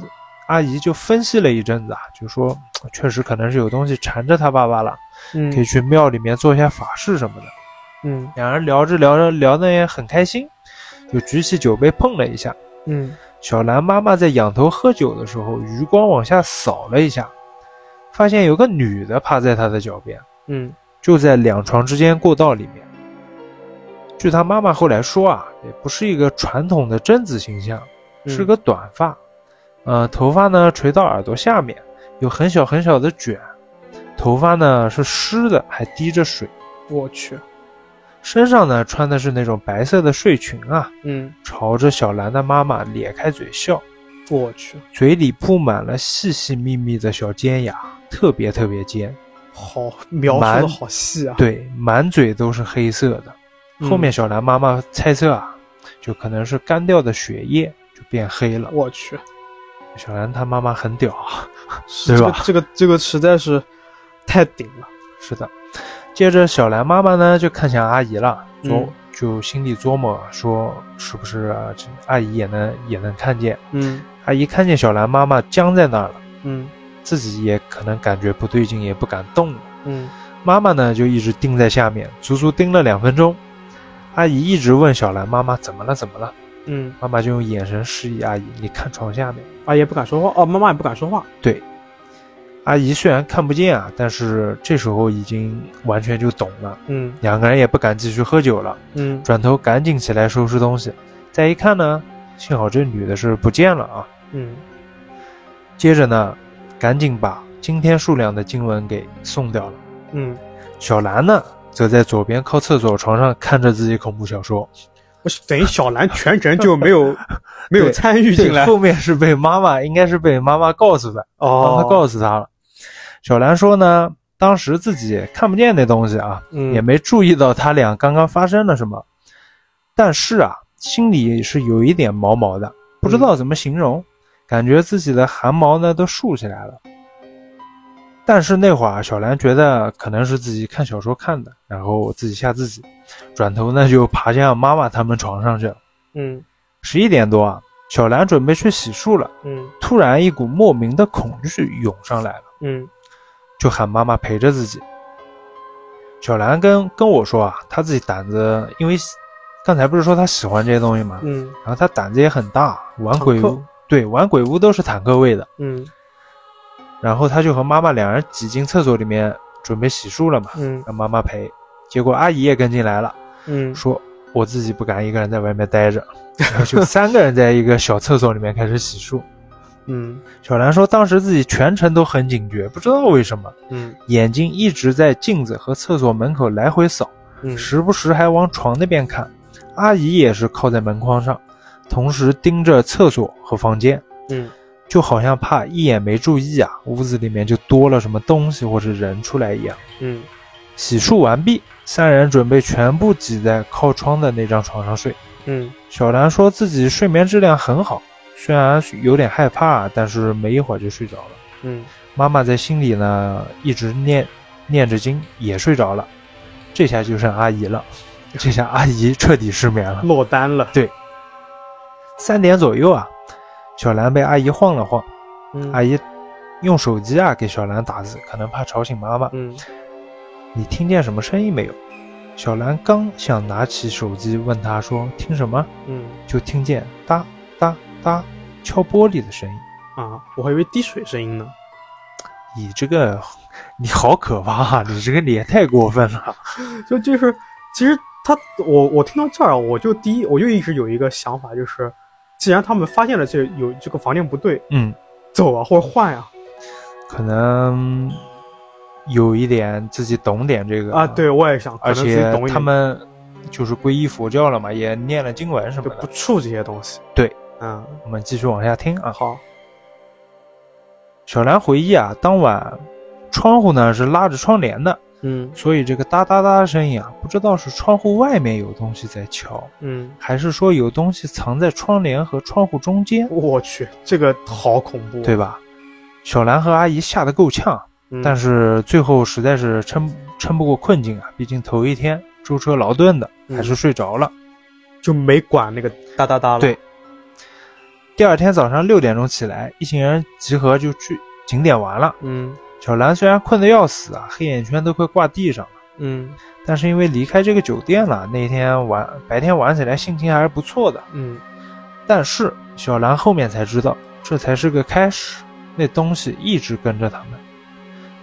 [SPEAKER 2] 阿姨就分析了一阵子啊，就说嘖确实可能是有东西缠着他爸爸了，
[SPEAKER 1] 嗯
[SPEAKER 2] 可以去庙里面做一下法事什么的。
[SPEAKER 1] 嗯
[SPEAKER 2] 两人聊着聊着聊的也很开心，就举起酒杯碰了一下。
[SPEAKER 1] 嗯
[SPEAKER 2] 小兰妈妈在仰头喝酒的时候，余光往下扫了一下，发现有个女的趴在她的脚边，
[SPEAKER 1] 嗯
[SPEAKER 2] 就在两床之间过道里面。据她妈妈后来说啊，也不是一个传统的贞子形象，
[SPEAKER 1] 嗯，
[SPEAKER 2] 是个短发，呃，头发呢垂到耳朵下面，有很小很小的卷，头发呢是湿的，还滴着水，
[SPEAKER 1] 我去，
[SPEAKER 2] 身上呢穿的是那种白色的睡裙啊，
[SPEAKER 1] 嗯
[SPEAKER 2] 朝着小兰的妈妈咧开嘴笑，
[SPEAKER 1] 我去，
[SPEAKER 2] 嘴里铺满了细细密密的小尖牙，特别特别尖，
[SPEAKER 1] 好描述的好细啊。
[SPEAKER 2] 对，满嘴都是黑色的。
[SPEAKER 1] 嗯
[SPEAKER 2] 后面小兰妈妈猜测啊，就可能是干掉的血液就变黑了。
[SPEAKER 1] 我去，
[SPEAKER 2] 小兰她妈妈很屌啊。
[SPEAKER 1] 是
[SPEAKER 2] 对吧
[SPEAKER 1] 这个这个这个实在是太顶了。
[SPEAKER 2] 是的。接着，小兰妈妈呢就看向阿姨了，琢、
[SPEAKER 1] 嗯
[SPEAKER 2] 就心里琢磨啊说，是不是、啊、这阿姨也能也能看见？
[SPEAKER 1] 嗯
[SPEAKER 2] 阿姨看见小兰妈妈僵在那儿了，
[SPEAKER 1] 嗯
[SPEAKER 2] 自己也可能感觉不对劲，也不敢动了。
[SPEAKER 1] 嗯
[SPEAKER 2] 妈妈呢就一直盯在下面，足足盯了两分钟。阿姨一直问小兰妈妈怎么了，怎么了？
[SPEAKER 1] 嗯，
[SPEAKER 2] 妈妈就用眼神示意阿姨，你看床下面。
[SPEAKER 1] 阿姨不敢说话，哦，妈妈也不敢说话。
[SPEAKER 2] 对，阿姨虽然看不见啊，但是这时候已经完全就懂了。
[SPEAKER 1] 嗯
[SPEAKER 2] 两个人也不敢继续喝酒了，
[SPEAKER 1] 嗯
[SPEAKER 2] 转头赶紧起来收拾东西。再一看呢，幸好这女的是不见了啊。
[SPEAKER 1] 嗯
[SPEAKER 2] 接着呢，赶紧把今天数量的经文给送掉了。
[SPEAKER 1] 嗯，
[SPEAKER 2] 小兰呢，则在左边靠厕所床上看着自己恐怖小说。
[SPEAKER 1] 不是等于小兰全程就没 有没有
[SPEAKER 2] 对
[SPEAKER 1] 参与进来
[SPEAKER 2] 对，。后面是被妈妈，应该是被妈妈告诉的，
[SPEAKER 1] 哦，
[SPEAKER 2] 妈妈告诉她了。小兰说呢，当时自己看不见那东西啊，
[SPEAKER 1] 嗯
[SPEAKER 2] 也没注意到他俩刚刚发生了什么，但是啊，心里是有一点毛毛的，不知道怎么形容，感觉自己的汗毛呢都竖起来了。但是那会儿啊小兰觉得可能是自己看小说看的，然后自己吓自己，转头呢就爬向妈妈他们床上去了。
[SPEAKER 1] 嗯
[SPEAKER 2] 十一点多啊，小兰准备去洗漱了，
[SPEAKER 1] 嗯
[SPEAKER 2] 突然一股莫名的恐惧涌上来了。
[SPEAKER 1] 嗯
[SPEAKER 2] 就喊妈妈陪着自己。小兰跟跟我说啊，她自己胆子，因为刚才不是说她喜欢这些东西吗？
[SPEAKER 1] 嗯
[SPEAKER 2] 然后她胆子也很大，玩鬼
[SPEAKER 1] 坦
[SPEAKER 2] 屋
[SPEAKER 1] 克，
[SPEAKER 2] 对，玩鬼屋都是坦克位的。
[SPEAKER 1] 嗯
[SPEAKER 2] 然后她就和妈妈两人挤进厕所里面准备洗漱了嘛，
[SPEAKER 1] 嗯
[SPEAKER 2] 让妈妈陪。结果阿姨也跟进来了，
[SPEAKER 1] 嗯，
[SPEAKER 2] 说我自己不敢一个人在外面待着，然后 就三个人在一个小厕所里面开始洗漱。
[SPEAKER 1] 嗯
[SPEAKER 2] 小兰说，当时自己全程都很警觉，不知道为什么。
[SPEAKER 1] 嗯
[SPEAKER 2] 眼睛一直在镜子和厕所门口来回扫，
[SPEAKER 1] 嗯
[SPEAKER 2] 时不时还往床那边看，阿姨也是靠在门框上，同时盯着厕所和房间，
[SPEAKER 1] 嗯
[SPEAKER 2] 就好像怕一眼没注意啊，屋子里面就多了什么东西或者人出来一样。
[SPEAKER 1] 嗯
[SPEAKER 2] 洗漱完毕，三人准备全部挤在靠窗的那张床上睡。
[SPEAKER 1] 嗯
[SPEAKER 2] 小兰说自己睡眠质量很好，虽然有点害怕，但是没一会儿就睡着了。
[SPEAKER 1] 嗯
[SPEAKER 2] 妈妈在心里呢一直念念着经，也睡着了。这下就剩阿姨了，这下阿姨彻底失眠了。
[SPEAKER 1] 落单了。
[SPEAKER 2] 三点左右啊，小兰被阿姨晃了晃，
[SPEAKER 1] 嗯
[SPEAKER 2] 阿姨用手机啊给小兰打字，可能怕吵醒妈妈。
[SPEAKER 1] 嗯
[SPEAKER 2] 你听见什么声音没有？小兰刚想拿起手机问她说听什么，
[SPEAKER 1] 嗯
[SPEAKER 2] 就听见哒哒哒敲玻璃的声音。
[SPEAKER 1] 啊，我还以为滴水声音呢。
[SPEAKER 2] 你这个， 你好可怕、啊！你这个你也太过分了。
[SPEAKER 1] 就就是，其实他我我听到这儿啊，我就第一我就一直有一个想法，就是既然他们发现了这有这个房间不对，
[SPEAKER 2] 嗯，
[SPEAKER 1] 走啊或者换呀
[SPEAKER 2] 可能有一点自己懂点这个
[SPEAKER 1] 啊对，我也想，可
[SPEAKER 2] 而
[SPEAKER 1] 能自己
[SPEAKER 2] 且
[SPEAKER 1] 懂一点
[SPEAKER 2] 他们就是皈依佛教了嘛，也念了经文什
[SPEAKER 1] 就
[SPEAKER 2] 么
[SPEAKER 1] 不
[SPEAKER 2] 的。
[SPEAKER 1] 触这些东西。
[SPEAKER 2] 对，
[SPEAKER 1] 嗯，
[SPEAKER 2] 我们继续往下听啊。
[SPEAKER 1] 好，
[SPEAKER 2] 小兰回忆啊，当晚窗户呢是拉着窗帘的，
[SPEAKER 1] 嗯
[SPEAKER 2] 所以这个哒哒哒的声音啊，不知道是窗户外面有东西在敲，
[SPEAKER 1] 嗯，
[SPEAKER 2] 还是说有东西藏在窗帘和窗户中间，
[SPEAKER 1] 我去，这个好恐怖。啊
[SPEAKER 2] 对，吧？小兰和阿姨吓得够呛，
[SPEAKER 1] 嗯、
[SPEAKER 2] 但是最后实在是撑撑不过困境啊，毕竟头一天舟车劳顿的，
[SPEAKER 1] 嗯
[SPEAKER 2] 还是睡着了。
[SPEAKER 1] 就没管那个哒哒哒了。
[SPEAKER 2] 对第二天早上六点钟起来，一行人集合就去景点玩了。
[SPEAKER 1] 嗯
[SPEAKER 2] 小兰虽然困得要死啊，黑眼圈都快挂地上了，
[SPEAKER 1] 嗯
[SPEAKER 2] 但是因为离开这个酒店了，那天玩白天玩起来心情还是不错的。
[SPEAKER 1] 嗯
[SPEAKER 2] 但是小兰后面才知道，这才是个开始，那东西一直跟着他们。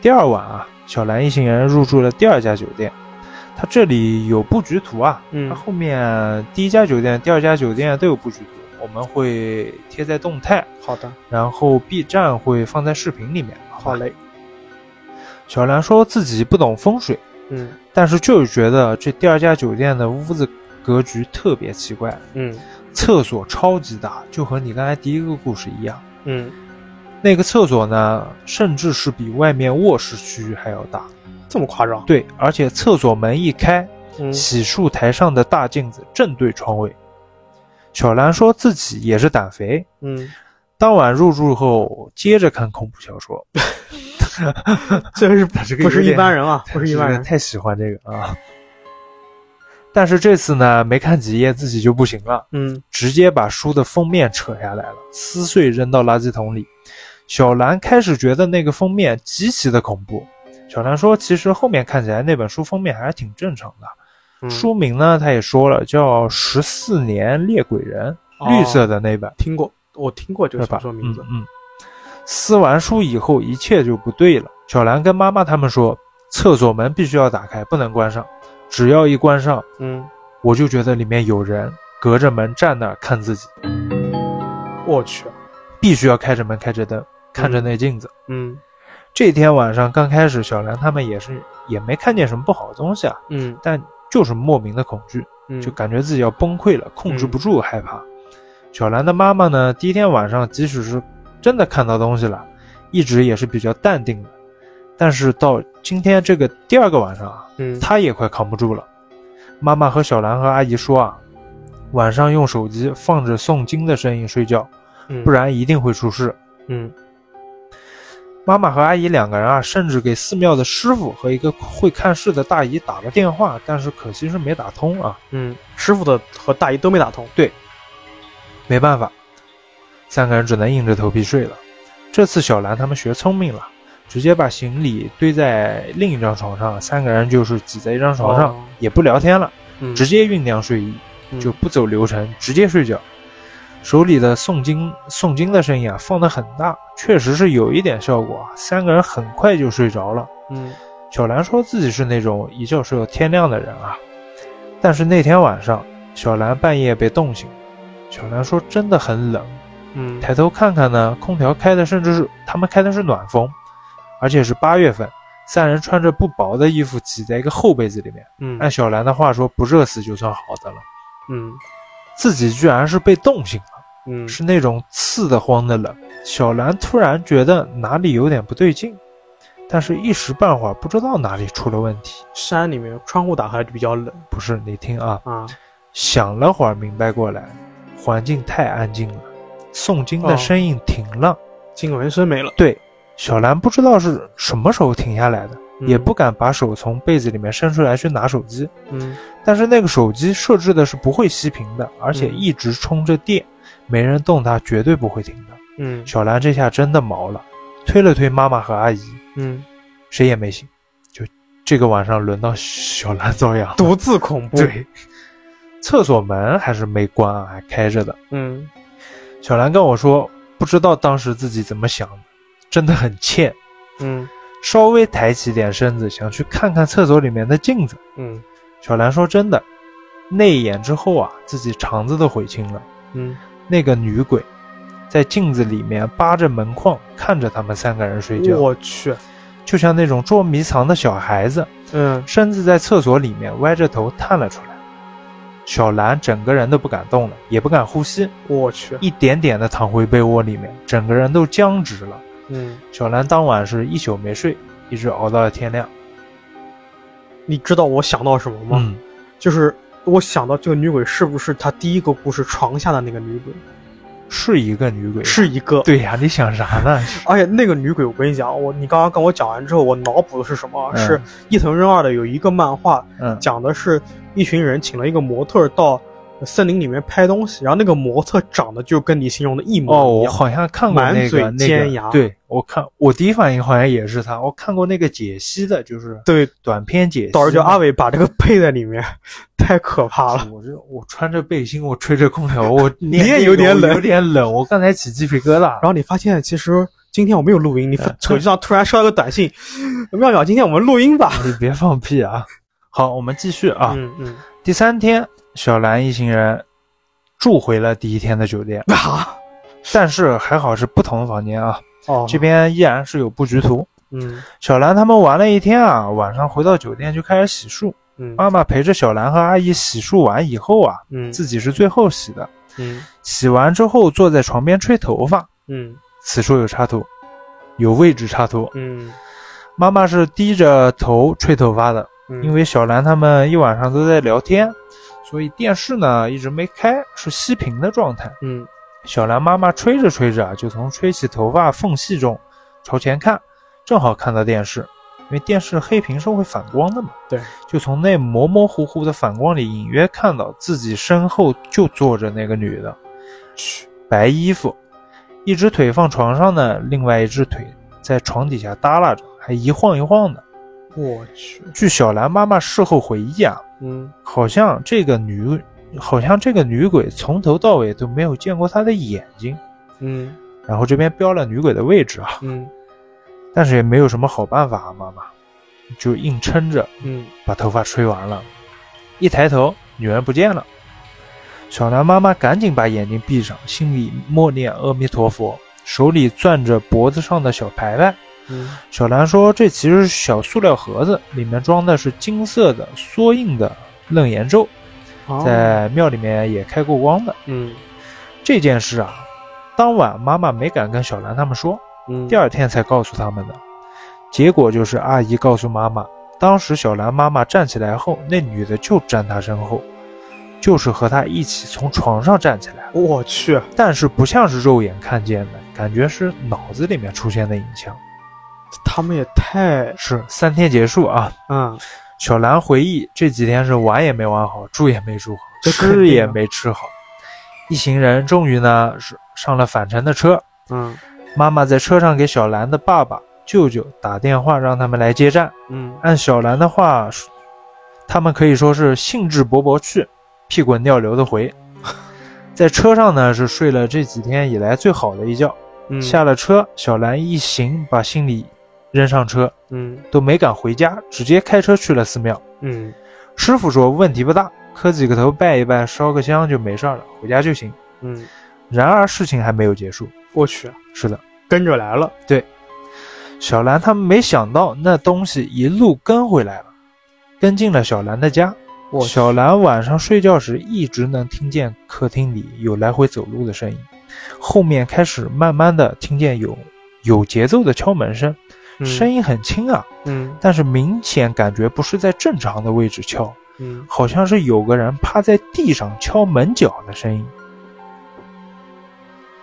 [SPEAKER 2] 第二晚啊，小兰一行人入住了第二家酒店，它这里有布局图啊，它
[SPEAKER 1] 嗯
[SPEAKER 2] 后面第一家酒店、第二家酒店都有布局图，我们会贴在动态，
[SPEAKER 1] 好的，
[SPEAKER 2] 然后 B 站会放在视频里面。
[SPEAKER 1] 好
[SPEAKER 2] 吧，
[SPEAKER 1] 嘞，
[SPEAKER 2] 小兰说自己不懂风水，
[SPEAKER 1] 嗯
[SPEAKER 2] 但是就是觉得这第二家酒店的屋子格局特别奇怪，
[SPEAKER 1] 嗯
[SPEAKER 2] 厕所超级大，就和你刚才第一个故事一样。
[SPEAKER 1] 嗯，
[SPEAKER 2] 那个厕所呢，甚至是比外面卧室区域还要大。
[SPEAKER 1] 这么夸张？
[SPEAKER 2] 对，而且厕所门一开，
[SPEAKER 1] 嗯
[SPEAKER 2] 洗漱台上的大镜子正对窗位。小兰说自己也是胆肥，
[SPEAKER 1] 嗯，
[SPEAKER 2] 当晚入住后接着看恐怖小说，
[SPEAKER 1] 这是
[SPEAKER 2] 这
[SPEAKER 1] 嗯不
[SPEAKER 2] 个有
[SPEAKER 1] 是一
[SPEAKER 2] 点
[SPEAKER 1] 般人 啊？不是一般
[SPEAKER 2] 这个
[SPEAKER 1] 人。
[SPEAKER 2] 哎太喜欢这个啊。但是这次呢，没看几页自己就不行了，
[SPEAKER 1] 嗯
[SPEAKER 2] 直接把书的封面扯下来了，撕碎扔到垃圾桶里。小兰开始觉得那个封面极其的恐怖。小兰说，其实后面看起来那本书封面还是挺正常的。
[SPEAKER 1] 嗯
[SPEAKER 2] 书名呢，她也说了，叫《十四年猎鬼人》，
[SPEAKER 1] 哦
[SPEAKER 2] 绿色的那本，
[SPEAKER 1] 听过，我听过这
[SPEAKER 2] 对
[SPEAKER 1] 个小
[SPEAKER 2] 吧？
[SPEAKER 1] 说名字。
[SPEAKER 2] 嗯嗯。撕完书以后，一切就不对了。小兰跟妈妈他们说，厕所门必须要打开，不能关上。只要一关上，
[SPEAKER 1] 嗯，
[SPEAKER 2] 我就觉得里面有人隔着门站那儿看自己。
[SPEAKER 1] 嗯我去，
[SPEAKER 2] 必须要开着门、开着灯，看着那镜子。
[SPEAKER 1] 嗯
[SPEAKER 2] 这天晚上刚开始，小兰他们也是也没看见什么不好的东西啊，
[SPEAKER 1] 嗯
[SPEAKER 2] 但就是莫名的恐惧，
[SPEAKER 1] 嗯，
[SPEAKER 2] 就感觉自己要崩溃了，控制不住害怕。小兰的妈妈呢，第一天晚上即使是真的看到东西了，一直也是比较淡定的，但是到今天这个第二个晚上啊，
[SPEAKER 1] 嗯
[SPEAKER 2] 她也快扛不住了。妈妈和小兰和阿姨说啊，晚上用手机放着诵经的声音睡觉，
[SPEAKER 1] 嗯
[SPEAKER 2] 不然一定会出事。
[SPEAKER 1] 嗯
[SPEAKER 2] 妈妈和阿姨两个人啊，甚至给寺庙的师傅和一个会看事的大姨打了电话，但是可惜是没打通啊，
[SPEAKER 1] 嗯，师傅的和大姨都没打通。
[SPEAKER 2] 没办法，三个人只能硬着头皮睡了。这次小兰他们学聪明了，直接把行李堆在另一张床上，三个人就是挤在一张床上，
[SPEAKER 1] 哦
[SPEAKER 2] 也不聊天了，
[SPEAKER 1] 嗯，
[SPEAKER 2] 直接酝酿睡意，
[SPEAKER 1] 嗯
[SPEAKER 2] 就不走流程，直接睡觉。手里的诵经诵经的声音啊，放得很大，确实是有一点效果啊，三个人很快就睡着了。
[SPEAKER 1] 嗯
[SPEAKER 2] 小兰说自己是那种一觉睡到天亮的人啊，但是那天晚上，小兰半夜被冻醒了。小兰说真的很冷，
[SPEAKER 1] 嗯
[SPEAKER 2] 抬头看看呢，空调开的甚至是他们开的是暖风，而且是八月份，三人穿着不薄的衣服挤在一个厚被子里面。
[SPEAKER 1] 嗯
[SPEAKER 2] 按小兰的话说，不热死就算好的了。
[SPEAKER 1] 嗯
[SPEAKER 2] 自己居然是被冻醒了，
[SPEAKER 1] 嗯
[SPEAKER 2] 是那种刺得慌的冷。小兰突然觉得哪里有点不对劲，但是一时半会儿不知道哪里出了问题。
[SPEAKER 1] 山里面窗户打开比较冷
[SPEAKER 2] 不是，你听啊，
[SPEAKER 1] 啊，
[SPEAKER 2] 想了会儿明白过来，环境太安静了，诵经的
[SPEAKER 1] 哦
[SPEAKER 2] 声音停了。
[SPEAKER 1] 金纹身没了，
[SPEAKER 2] 对，小兰不知道是什么时候停下来的，
[SPEAKER 1] 嗯
[SPEAKER 2] 也不敢把手从被子里面伸出来去拿手机。
[SPEAKER 1] 嗯
[SPEAKER 2] 但是那个手机设置的是不会熄屏的，而且
[SPEAKER 1] 嗯
[SPEAKER 2] 一直充着电，没人动它绝对不会停的。
[SPEAKER 1] 嗯
[SPEAKER 2] 小兰这下真的毛了，推了推妈妈和阿姨，
[SPEAKER 1] 嗯，
[SPEAKER 2] 谁也没醒。就这个晚上轮到小兰遭殃了。
[SPEAKER 1] 独自恐怖，
[SPEAKER 2] 对，厕所门还是没关啊，还开着的。
[SPEAKER 1] 嗯
[SPEAKER 2] 小兰跟我说，不知道当时自己怎么想的，真的很欠。
[SPEAKER 1] 嗯
[SPEAKER 2] 稍微抬起点身子，想去看看厕所里面的镜子。
[SPEAKER 1] 嗯
[SPEAKER 2] 小兰说：“真的，内眼之后啊，自己肠子都悔青了。
[SPEAKER 1] 嗯
[SPEAKER 2] 那个女鬼在镜子里面扒着门框看着他们三个人睡
[SPEAKER 1] 嗯，
[SPEAKER 2] 觉，
[SPEAKER 1] 我去，
[SPEAKER 2] 就像那种捉迷藏的小孩子，
[SPEAKER 1] 嗯
[SPEAKER 2] 身子在厕所里面歪着头探了出来。小兰整个人都不敢动了，也不敢呼吸，
[SPEAKER 1] 我去，
[SPEAKER 2] 一点点的躺回被窝里面，整个人都僵直了。
[SPEAKER 1] 嗯，
[SPEAKER 2] 小兰当晚是一宿没睡，一直熬到了天亮。
[SPEAKER 1] 你知道我想到什么吗？
[SPEAKER 2] 嗯，
[SPEAKER 1] 就是我想到这个女鬼是不是她第一个故事床下的那个女鬼，
[SPEAKER 2] 是一个女鬼，
[SPEAKER 1] 是一个。
[SPEAKER 2] 对呀、你想啥呢？
[SPEAKER 1] 而且哎那个女鬼，我跟你讲，我你刚刚跟我讲完之后，我脑补的是什么？
[SPEAKER 2] 嗯
[SPEAKER 1] 是伊藤润二的有一个漫画，
[SPEAKER 2] 嗯，
[SPEAKER 1] 讲的是一群人请了一个模特儿到森林里面拍东西，然后那个模特长得就跟你形容的一
[SPEAKER 2] 哦，
[SPEAKER 1] 模一
[SPEAKER 2] 我
[SPEAKER 1] 样。
[SPEAKER 2] 好像看过那个
[SPEAKER 1] 满嘴尖
[SPEAKER 2] 那
[SPEAKER 1] 牙
[SPEAKER 2] 个，对我看我第一反应好像也是他，我看过那个解析的，就是
[SPEAKER 1] 对，
[SPEAKER 2] 短片解析。
[SPEAKER 1] 到时候叫阿，伟把这个配在里面， 太可怕了。
[SPEAKER 2] 我这我穿着背心，我吹着空调，我
[SPEAKER 1] 你也
[SPEAKER 2] 脸
[SPEAKER 1] 有点
[SPEAKER 2] 我
[SPEAKER 1] 冷
[SPEAKER 2] 有点冷，我刚才起鸡皮疙瘩
[SPEAKER 1] 然。后你发现其实今天我没有录音，你
[SPEAKER 2] 嗯
[SPEAKER 1] 手机上突然收到个短信，妙妙，今天我们录音吧。
[SPEAKER 2] 你别放屁啊！好，我们继续啊。
[SPEAKER 1] 嗯 嗯，
[SPEAKER 2] 第三天，小兰一行人住回了第一天的酒店，
[SPEAKER 1] 啊，
[SPEAKER 2] 但是还好是不同的房间啊。
[SPEAKER 1] 哦，
[SPEAKER 2] 这边依然是有布局图。
[SPEAKER 1] 嗯
[SPEAKER 2] 小兰他们玩了一天啊，晚上回到酒店就开始洗漱。
[SPEAKER 1] 嗯
[SPEAKER 2] 妈妈陪着小兰和阿姨洗漱完以后啊，
[SPEAKER 1] 嗯
[SPEAKER 2] 自己是最后洗的。
[SPEAKER 1] 嗯
[SPEAKER 2] 洗完之后坐在床边吹头发，
[SPEAKER 1] 嗯
[SPEAKER 2] 此处有插图，有位置插图。
[SPEAKER 1] 嗯
[SPEAKER 2] 妈妈是低着头吹头发的，
[SPEAKER 1] 嗯，
[SPEAKER 2] 因为小兰他们一晚上都在聊天，所以电视呢一直没开，是熄屏的状态。
[SPEAKER 1] 嗯
[SPEAKER 2] 小兰妈妈吹着吹着啊，就从吹起头发缝隙中朝前看，正好看到电视，因为电视黑屏是会反光的嘛。
[SPEAKER 1] 对，
[SPEAKER 2] 就从那模模糊糊的反光里，隐约看到自己身后就坐着那个女的，白衣服，一只腿放床上呢，另外一只腿在床底下耷拉着，还一晃一晃的。
[SPEAKER 1] 我去，
[SPEAKER 2] 据小兰妈妈事后回忆啊，
[SPEAKER 1] 嗯
[SPEAKER 2] 好像这个女，好像这个女鬼从头到尾都没有见过她的眼睛。
[SPEAKER 1] 嗯
[SPEAKER 2] 然后这边标了女鬼的位置啊，
[SPEAKER 1] 嗯
[SPEAKER 2] 但是也没有什么好办法啊，妈妈就硬撑着
[SPEAKER 1] 嗯
[SPEAKER 2] 把头发吹完了。一抬头，女人不见了。小兰妈妈赶紧把眼睛闭上，心里默念阿弥陀佛，手里攥着脖子上的小牌牌。
[SPEAKER 1] 嗯
[SPEAKER 2] 小兰说：“这其实是小塑料盒子，里面装的是金色的缩印的楞严咒，
[SPEAKER 1] 哦
[SPEAKER 2] 在庙里面也开过光的。
[SPEAKER 1] 嗯
[SPEAKER 2] 这件事啊，当晚妈妈没敢跟小兰他们说，
[SPEAKER 1] 嗯
[SPEAKER 2] 第二天才告诉他们的。结果就是阿姨告诉妈妈，当时小兰妈妈站起来后，那女的就站她身后，就是和她一起从床上站起来，
[SPEAKER 1] 我去，
[SPEAKER 2] 但是不像是肉眼看见的，感觉是脑子里面出现的影像。
[SPEAKER 1] 他们也太
[SPEAKER 2] 是三天结束啊，
[SPEAKER 1] 嗯
[SPEAKER 2] 小兰回忆这几天是玩也没玩好，住也没住好，
[SPEAKER 1] 这肯定啊
[SPEAKER 2] 吃也没吃好。一行人终于呢是上了返程的车，
[SPEAKER 1] 嗯
[SPEAKER 2] 妈妈在车上给小兰的爸爸、舅舅打电话，让他们来接站。
[SPEAKER 1] 嗯
[SPEAKER 2] 按小兰的话说，他们可以说是兴致勃勃去，屁滚尿流的回。在车上呢，是睡了这几天以来最好的一觉。
[SPEAKER 1] 嗯
[SPEAKER 2] 下了车，小兰一行把行李扔上车，
[SPEAKER 1] 嗯
[SPEAKER 2] 都没敢回家，直接开车去了寺庙。
[SPEAKER 1] 嗯
[SPEAKER 2] 师傅说问题不大，磕几个头拜一拜，烧个香就没事儿了，回家就行。
[SPEAKER 1] 嗯，
[SPEAKER 2] 然而事情还没有结束。
[SPEAKER 1] 我去，
[SPEAKER 2] 是的，
[SPEAKER 1] 跟着来了，
[SPEAKER 2] 小兰他们没想到那东西一路跟回来了，跟进了小兰的家。
[SPEAKER 1] 我
[SPEAKER 2] 小兰晚上睡觉时一直能听见客厅里有来回走路的声音，后面开始慢慢的听见有有节奏的敲门声，声
[SPEAKER 1] 音，
[SPEAKER 2] 音很轻啊，
[SPEAKER 1] 嗯
[SPEAKER 2] 但是明显感觉不是在正常的位置敲，
[SPEAKER 1] 嗯，
[SPEAKER 2] 好像是有个人趴在地上敲门脚的声音。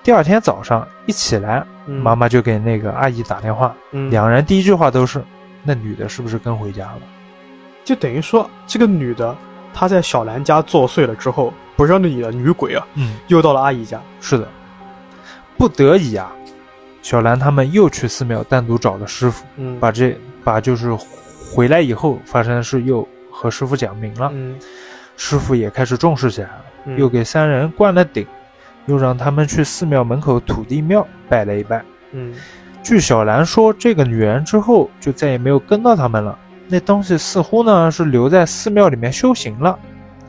[SPEAKER 2] 第二天早上一起来，
[SPEAKER 1] 嗯
[SPEAKER 2] 妈妈就给那个阿姨打电话，
[SPEAKER 1] 嗯
[SPEAKER 2] 两人第一句话都是：“那女的是不是跟回家了
[SPEAKER 1] 就等于说这个女的她在小兰家作祟了之后，不是你的女鬼啊，？”
[SPEAKER 2] 嗯，
[SPEAKER 1] 又到了阿姨家，
[SPEAKER 2] 是的。不得已啊，小兰他们又去寺庙单独找了师傅，
[SPEAKER 1] 嗯
[SPEAKER 2] 把这把就是回来以后发生的事又和师傅讲明了，
[SPEAKER 1] 嗯
[SPEAKER 2] 师傅也开始重视起来了。
[SPEAKER 1] 嗯
[SPEAKER 2] 又给三人灌了顶，又让他们去寺庙门口土地庙拜了一拜。
[SPEAKER 1] 嗯
[SPEAKER 2] 据小兰说，这个女人之后就再也没有跟到他们了。那东西似乎呢是留在寺庙里面修行了，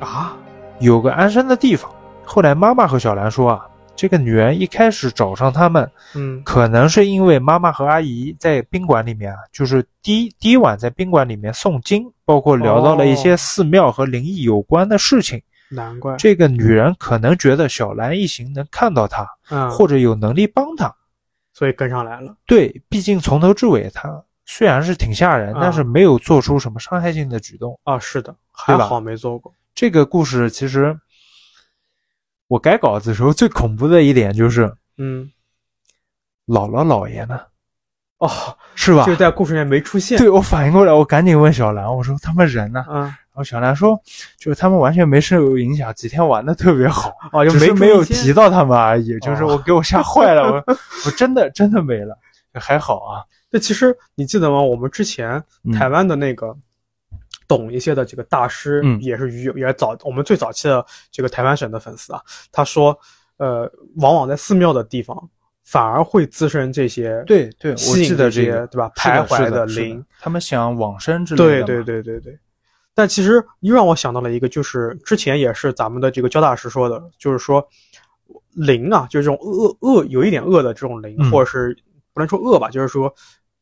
[SPEAKER 1] 啊
[SPEAKER 2] 有个安身的地方。后来妈妈和小兰说啊，这个女人一开始找上他们，
[SPEAKER 1] 嗯
[SPEAKER 2] 可能是因为妈妈和阿姨在宾馆里面啊，就是第一第一晚在宾馆里面诵经，包括聊到了一些
[SPEAKER 1] 哦
[SPEAKER 2] 寺庙和灵异有关的事情。
[SPEAKER 1] 难怪
[SPEAKER 2] 这个女人可能觉得小兰一行能看到她，
[SPEAKER 1] 嗯
[SPEAKER 2] 或者有能力帮她。
[SPEAKER 1] 所以跟上来了
[SPEAKER 2] 对，毕竟从头至尾她虽然是挺吓人，
[SPEAKER 1] 啊
[SPEAKER 2] 但是没有做出什么伤害性的举动。
[SPEAKER 1] 啊是的还
[SPEAKER 2] 对吧
[SPEAKER 1] 好没做过
[SPEAKER 2] 这个故事其实，我改稿子的时候最恐怖的一点就是
[SPEAKER 1] 嗯
[SPEAKER 2] 姥姥姥爷呢，
[SPEAKER 1] 哦
[SPEAKER 2] 是吧
[SPEAKER 1] 就？在故事里面没出现
[SPEAKER 2] 对我反应过来，我赶紧问小兰，我说他们人呢？
[SPEAKER 1] 啊
[SPEAKER 2] 然后小兰说，就是他们完全没受影响，几天玩的特别好。
[SPEAKER 1] 哦就
[SPEAKER 2] 只是
[SPEAKER 1] 出
[SPEAKER 2] 没有
[SPEAKER 1] 现
[SPEAKER 2] 提到他们而已，就是
[SPEAKER 1] 哦
[SPEAKER 2] 我给 我吓坏了，我我真的真的没了，还好啊。
[SPEAKER 1] 那其实你记得吗？我们之前
[SPEAKER 2] 嗯
[SPEAKER 1] 台湾的那个懂一些的这个大师，
[SPEAKER 2] 嗯
[SPEAKER 1] 也是鱼友，也是早我们最早期的这个台湾省的粉丝啊。他说，呃，往往在寺庙的地方，反而会滋生这些
[SPEAKER 2] 对对，我
[SPEAKER 1] 吸引
[SPEAKER 2] 记得
[SPEAKER 1] 这
[SPEAKER 2] 这
[SPEAKER 1] 些
[SPEAKER 2] 个
[SPEAKER 1] 对吧？
[SPEAKER 2] 是的
[SPEAKER 1] 徘徊
[SPEAKER 2] 是的是的
[SPEAKER 1] 灵，
[SPEAKER 2] 他们想往生之类的
[SPEAKER 1] 对
[SPEAKER 2] 嘛，
[SPEAKER 1] 对对对对。但其实又让我想到了一个，就是之前也是咱们的这个焦大师说的，就是说灵啊，就是这种恶恶有一点恶的这种灵，
[SPEAKER 2] 嗯
[SPEAKER 1] 或者是不能说恶吧，就是说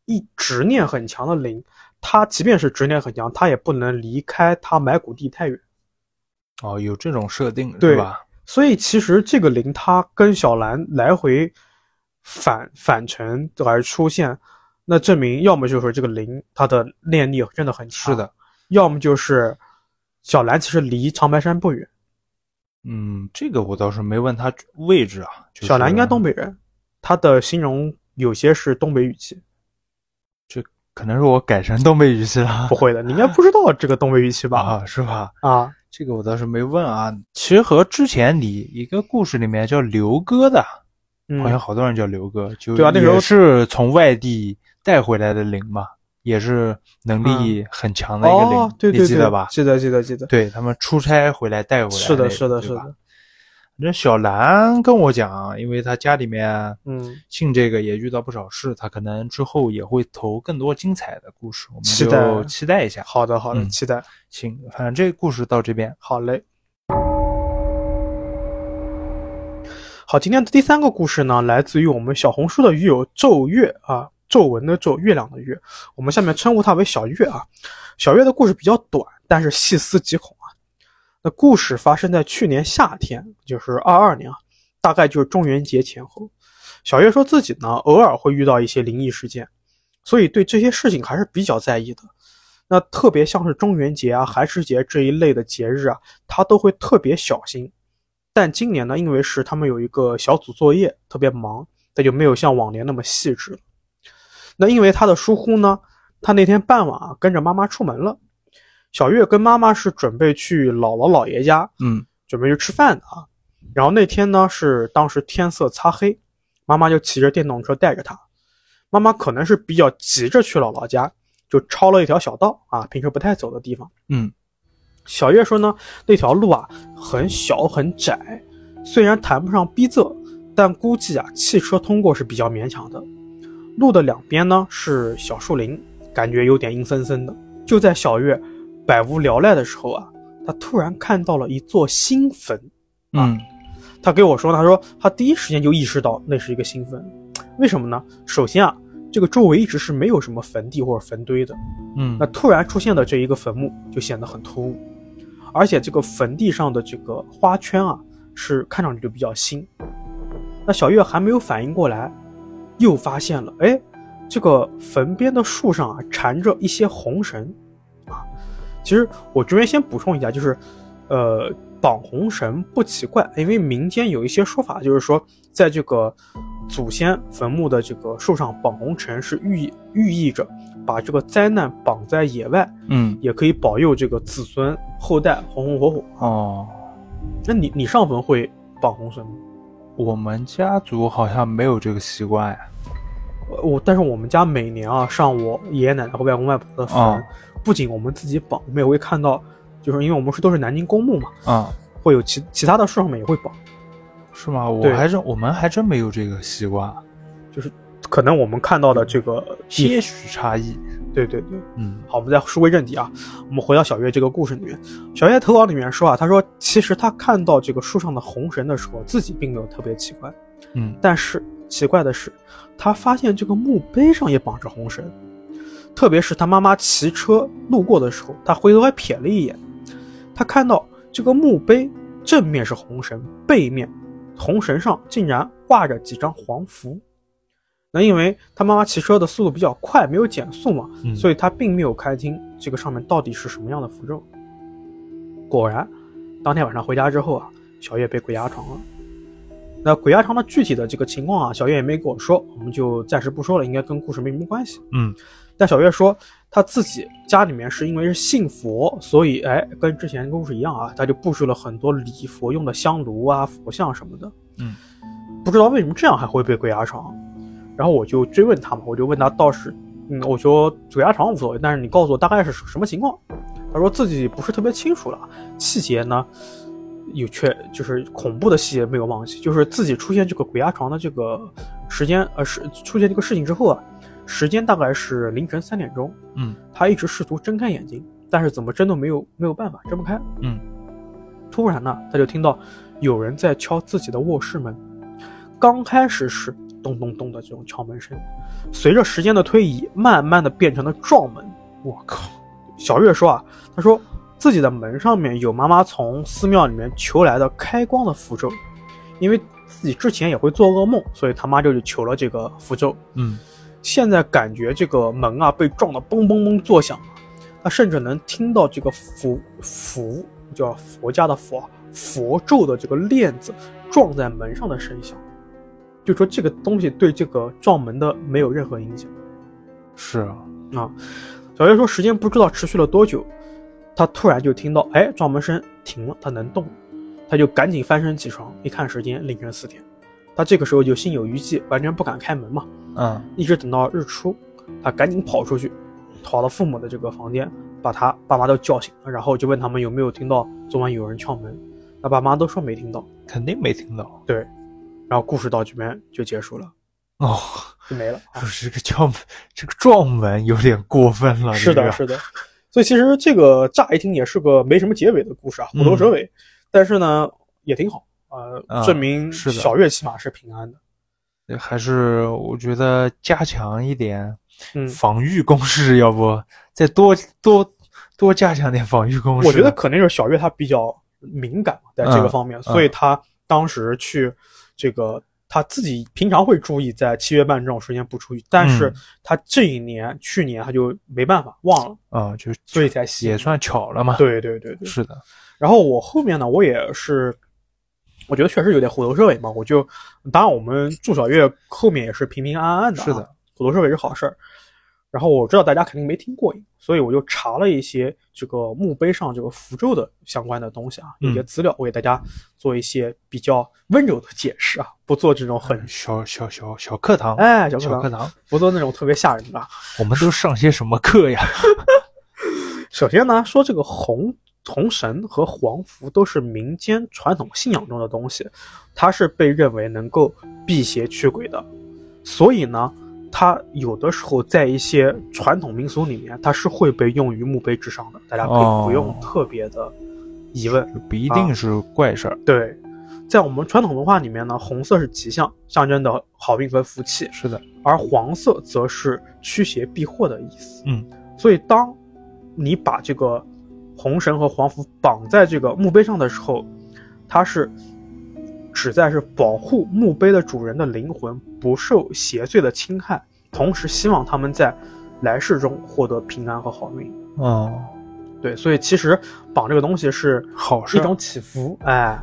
[SPEAKER 1] 一执念很强的灵，他即便是执念很强，他也不能离开他埋骨地太远。
[SPEAKER 2] 哦，有这种设定
[SPEAKER 1] 对
[SPEAKER 2] 是吧？
[SPEAKER 1] 所以其实这个灵它跟小兰来回反反沉而出现，那证明要么就是这个灵它的念力真的很强，
[SPEAKER 2] 是的，
[SPEAKER 1] 要么就是小兰其实离长白山不远，
[SPEAKER 2] 嗯，这个我倒是没问他位置啊。就是
[SPEAKER 1] 小兰应该东，北人，她的形容有些是东北语气，
[SPEAKER 2] 可能是我改成东北语系了
[SPEAKER 1] 不会的，你应该不知道这个东北语气吧？
[SPEAKER 2] 啊，是吧？
[SPEAKER 1] 啊，
[SPEAKER 2] 这个我倒是没问啊。其实和之前你一个故事里面叫刘哥的，
[SPEAKER 1] 嗯
[SPEAKER 2] 好像好多人叫刘哥，就
[SPEAKER 1] 对啊那个时候
[SPEAKER 2] 也是从外地带回来的灵嘛，也是能力很强的一个灵，
[SPEAKER 1] 嗯哦，对对
[SPEAKER 2] 你记得
[SPEAKER 1] 对，
[SPEAKER 2] 吧？
[SPEAKER 1] 记得记得记得，
[SPEAKER 2] 对他们出差回来带回来，
[SPEAKER 1] 是的是的
[SPEAKER 2] 对
[SPEAKER 1] 是
[SPEAKER 2] 吧
[SPEAKER 1] 的。
[SPEAKER 2] 那小兰跟我讲，因为她家里面
[SPEAKER 1] 嗯，
[SPEAKER 2] 信这个也遇到不少事，她可能之后也会投更多精彩的故事，我们
[SPEAKER 1] 期待
[SPEAKER 2] 就期待一下。
[SPEAKER 1] 好的好的，
[SPEAKER 2] 嗯
[SPEAKER 1] 期待，
[SPEAKER 2] 行，反正这个故事到这边，
[SPEAKER 1] 好嘞。好，今天的第三个故事呢，来自于我们小红书的鱼友昼月啊，皱纹的皱，月亮的月，我们下面称呼他为小月啊。小月的故事比较短，但是细思极恐啊。那故事发生在去年夏天，就是二二年啊，大概就是中元节前后。小月说自己呢，偶尔会遇到一些灵异事件，所以对这些事情还是比较在意的。那特别像是中元节啊、寒食节这一类的节日啊，他都会特别小心。但今年呢，因为是他们有一个小组作业，特别忙，他就没有像往年那么细致了。那因为他的疏忽呢，他那天傍晚啊跟着妈妈出门了。小月跟妈妈是准备去姥姥姥爷家，
[SPEAKER 2] 嗯
[SPEAKER 1] 准备去吃饭的啊。然后那天呢是当时天色擦黑，妈妈就骑着电动车带着他。妈妈可能是比较急着去姥姥家，就抄了一条小道啊，平时不太走的地方。
[SPEAKER 2] 嗯，
[SPEAKER 1] 小月说呢，那条路啊很小很窄，虽然谈不上逼仄，但估计啊汽车通过是比较勉强的。路的两边呢是小树林，感觉有点阴森森的。就在小月百无聊赖的时候啊，她突然看到了一座新坟。
[SPEAKER 2] 嗯
[SPEAKER 1] 啊他给我说呢，他说他第一时间就意识到那是一个新坟，为什么呢？首先啊，这个周围一直是没有什么坟地或者坟堆的，
[SPEAKER 2] 嗯
[SPEAKER 1] 那突然出现的这一个坟墓就显得很突兀，而且这个坟地上的这个花圈啊，是看上去就比较新。那小月还没有反应过来，又发现了，哎，这个坟边的树上啊缠着一些红绳，啊，其实我这边先补充一下，就是，呃，绑红绳不奇怪，因为民间有一些说法，就是说在这个祖先坟墓的这个树上绑红绳是寓意寓意着把这个灾难绑在野外，
[SPEAKER 2] 嗯，
[SPEAKER 1] 也可以保佑这个子孙后代红红火火。
[SPEAKER 2] 哦，
[SPEAKER 1] 那你你上坟会绑红绳吗？
[SPEAKER 2] 我们家族好像没有这个习惯。
[SPEAKER 1] 我我但是我们家每年啊，上我爷爷奶奶和外公外婆的坟，
[SPEAKER 2] 哦
[SPEAKER 1] 不仅我们自己绑，我们也会看到，就是因为我们是都是南京公墓嘛，
[SPEAKER 2] 啊、
[SPEAKER 1] 会有其其他的树上面也会绑，
[SPEAKER 2] 是吗？我
[SPEAKER 1] 对
[SPEAKER 2] 还真我们还真没有这个习惯，
[SPEAKER 1] 可能我们看到的这个
[SPEAKER 2] 些许差异。
[SPEAKER 1] 对对对，
[SPEAKER 2] 嗯
[SPEAKER 1] 好，我们再书归正题啊，我们回到小月这个故事里面。小月投稿里面说啊，他说其实他看到这个树上的红绳的时候，自己并没有特别奇怪，
[SPEAKER 2] 嗯
[SPEAKER 1] 但是奇怪的是，他发现这个墓碑上也绑着红绳，特别是他妈妈骑车路过的时候，他回头还瞥了一眼，他看到这个墓碑正面是红绳，背面红绳上竟然挂着几张黄符。那因为他妈妈骑车的速度比较快，没有减速嘛，
[SPEAKER 2] 嗯
[SPEAKER 1] 所以他并没有开听这个上面到底是什么样的符咒。果然，当天晚上回家之后啊，小月被鬼压床了。那鬼压床的具体的这个情况啊，小月也没跟我说，我们就暂时不说了，应该跟故事没什么关系。
[SPEAKER 2] 嗯
[SPEAKER 1] 但小月说她自己家里面是因为是信佛，所以哎，跟之前故事一样啊，她就布置了很多礼佛用的香炉啊、佛像什么的。
[SPEAKER 2] 嗯，
[SPEAKER 1] 不知道为什么这样还会被鬼压床。然后我就追问他嘛，我就问他到是，嗯，我说鬼压床无所谓，但是你告诉我大概是什么情况？他说自己不是特别清楚了，细节呢有确就是恐怖的细节没有忘记，就是自己出现这个鬼压床的这个时间，呃，是出现这个事情之后啊，时间大概是凌晨三点钟，
[SPEAKER 2] 嗯
[SPEAKER 1] 他一直试图睁开眼睛，但是怎么睁都没有没有办法睁不开。
[SPEAKER 2] 嗯，
[SPEAKER 1] 突然呢，他就听到有人在敲自己的卧室门。刚开始是咚咚咚的这种敲门声，随着时间的推移，慢慢的变成了撞门。我靠！小月说啊，她说自己的门上面有妈妈从寺庙里面求来的开光的符咒，因为自己之前也会做噩梦，所以他妈就去求了这个符咒。
[SPEAKER 2] 嗯
[SPEAKER 1] 现在感觉这个门啊被撞得嘣嘣嘣作响，他甚至能听到这个佛佛叫佛家的佛啊佛咒的这个链子撞在门上的声响，就说这个东西对这个撞门的没有任何影响。
[SPEAKER 2] 是啊
[SPEAKER 1] 啊，小月说时间不知道持续了多久，她突然就听到哎撞门声停了，她能动了，她就赶紧翻身起床，一看时间凌晨四点，她这个时候就心有余悸，完全不敢开门嘛，
[SPEAKER 2] 嗯
[SPEAKER 1] 一直等到日出，她赶紧跑出去，跑到父母的这个房间，把她爸妈都叫醒了，然后就问他们有没有听到昨晚有人敲门，那爸妈都说没听到，
[SPEAKER 2] 肯定没听到
[SPEAKER 1] 对，然后故事到这边就结束了，
[SPEAKER 2] 哦。
[SPEAKER 1] 就没了。啊
[SPEAKER 2] 不是这个敲门，这个撞门有点过分了。
[SPEAKER 1] 啊是
[SPEAKER 2] 这
[SPEAKER 1] 的，
[SPEAKER 2] 个
[SPEAKER 1] 是的。所以其实这个乍一听也是个没什么结尾的故事啊，虎头蛇尾，但是呢也挺好，呃，
[SPEAKER 2] 啊
[SPEAKER 1] 证明
[SPEAKER 2] 是的
[SPEAKER 1] 小月起码是平安的。
[SPEAKER 2] 还是我觉得加强一点
[SPEAKER 1] 嗯，
[SPEAKER 2] 防御攻势，要不再多多多加强点防御攻势。
[SPEAKER 1] 我觉得可能就是小月她比较敏感嘛，在这
[SPEAKER 2] 嗯
[SPEAKER 1] 个方面，所以她当时去这个。她自己平常会注意在七月半这种时间不出去，但是
[SPEAKER 2] 嗯
[SPEAKER 1] 她这一年、去年她就没办法忘了，
[SPEAKER 2] 啊、就
[SPEAKER 1] 所以才写
[SPEAKER 2] 也算巧了嘛。，
[SPEAKER 1] 对对对对，
[SPEAKER 2] 是的，
[SPEAKER 1] 然后我后面呢，我也是，我觉得确实有点虎头蛇尾嘛，我就当然我们祝小月后面也是平平安安的、啊，
[SPEAKER 2] 是的，
[SPEAKER 1] 虎头蛇尾是好事儿。然后我知道大家肯定没听过瘾，所以我就查了一些这个墓碑上这个符咒的相关的东西啊，有一些
[SPEAKER 2] 嗯
[SPEAKER 1] 资料，我给大家做一些比较温柔的解释啊，不做这种很
[SPEAKER 2] 小小小小课堂，
[SPEAKER 1] 哎小课
[SPEAKER 2] 小
[SPEAKER 1] 堂
[SPEAKER 2] 课堂，
[SPEAKER 1] 不做那种特别吓人的啊。
[SPEAKER 2] 我们都上些什么课呀？
[SPEAKER 1] 首先呢，说这个红红绳和黄符都是民间传统信仰中的东西，它是被认为能够辟邪驱鬼的，所以呢，它有的时候在一些传统民俗里面，它是会被用于墓碑之上的，大家可以不用
[SPEAKER 2] 哦
[SPEAKER 1] 特别的疑问。
[SPEAKER 2] 就不一定是怪事儿、
[SPEAKER 1] 对，在我们传统文化里面呢，红色是吉祥，象征的好运和福气，
[SPEAKER 2] 是的，
[SPEAKER 1] 而黄色则是驱邪避祸的意思。
[SPEAKER 2] 嗯，
[SPEAKER 1] 所以当你把这个红绳和黄符绑在这个墓碑上的时候，它是旨在是保护墓碑的主人的灵魂不受邪祟的侵害，同时希望他们在来世中获得平安和好运。
[SPEAKER 2] 哦，
[SPEAKER 1] 嗯对，所以其实绑这个东西是
[SPEAKER 2] 好事
[SPEAKER 1] 一种祈福，哎，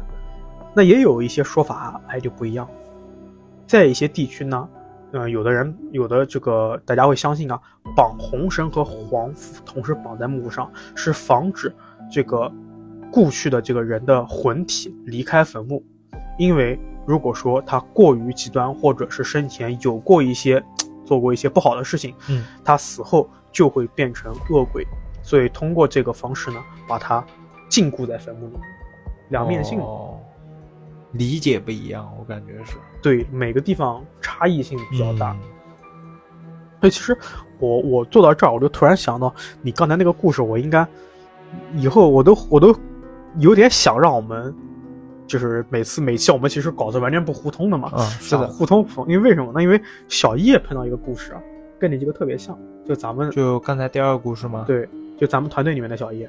[SPEAKER 1] 那也有一些说法，哎就不一样。在一些地区呢，嗯、有的人有的这个大家会相信啊，绑红绳和黄符同时绑在墓上，是防止这个故去的这个人的魂体离开坟墓，因为如果说他过于极端，或者是生前有过一些做过一些不好的事情，
[SPEAKER 2] 嗯，
[SPEAKER 1] 他死后就会变成恶鬼，所以通过这个方式呢，把他禁锢在坟墓里，两面性的。
[SPEAKER 2] 哦，理解不一样，我感觉是
[SPEAKER 1] 对每个地方差异性比较大。
[SPEAKER 2] 嗯
[SPEAKER 1] 所以其实我我做到这儿，我就突然想到你刚才那个故事，我应该以后我都我都有点想让我们，就是每次每期我们其实稿子完全不互通的嘛，
[SPEAKER 2] 啊，是
[SPEAKER 1] 想
[SPEAKER 2] 的，
[SPEAKER 1] 互通互通。因为为什么呢？因为小叶碰到一个故事啊，跟你这个特别像，就咱们
[SPEAKER 2] 就刚才第二个故事吗？
[SPEAKER 1] 对，就咱们团队里面的小叶，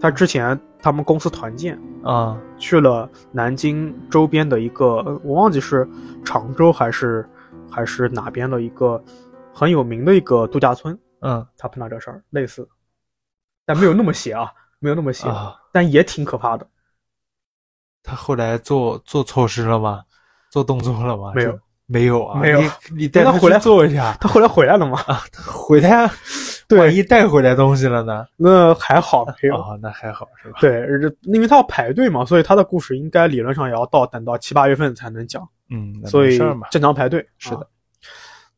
[SPEAKER 1] 他之前他们公司团建，
[SPEAKER 2] 啊，
[SPEAKER 1] 去了南京周边的一个，呃我忘记是常州还是还是哪边的一个很有名的一个度假村，
[SPEAKER 2] 嗯
[SPEAKER 1] 他碰到这事儿类似，但没有那么邪啊，没有那么邪，
[SPEAKER 2] 啊，
[SPEAKER 1] 但也挺可怕的。
[SPEAKER 2] 他后来做做措施了吗？做动作了吗？
[SPEAKER 1] 没有
[SPEAKER 2] 就，没有啊，
[SPEAKER 1] 没有
[SPEAKER 2] 你你带
[SPEAKER 1] 那
[SPEAKER 2] 他
[SPEAKER 1] 回
[SPEAKER 2] 去
[SPEAKER 1] 来
[SPEAKER 2] 做一下，
[SPEAKER 1] 他后来回来了嘛？
[SPEAKER 2] 回 来，
[SPEAKER 1] 对
[SPEAKER 2] 万一带回来东西了呢？
[SPEAKER 1] 那还好没有。
[SPEAKER 2] 哦，那还好是吧？
[SPEAKER 1] 对，这因为他要排队嘛，所以他的故事应该理论上也要到等到七八月份才能讲。
[SPEAKER 2] 嗯，那
[SPEAKER 1] 所
[SPEAKER 2] 没
[SPEAKER 1] 以
[SPEAKER 2] 事儿嘛，
[SPEAKER 1] 正常排队。
[SPEAKER 2] 是的
[SPEAKER 1] 啊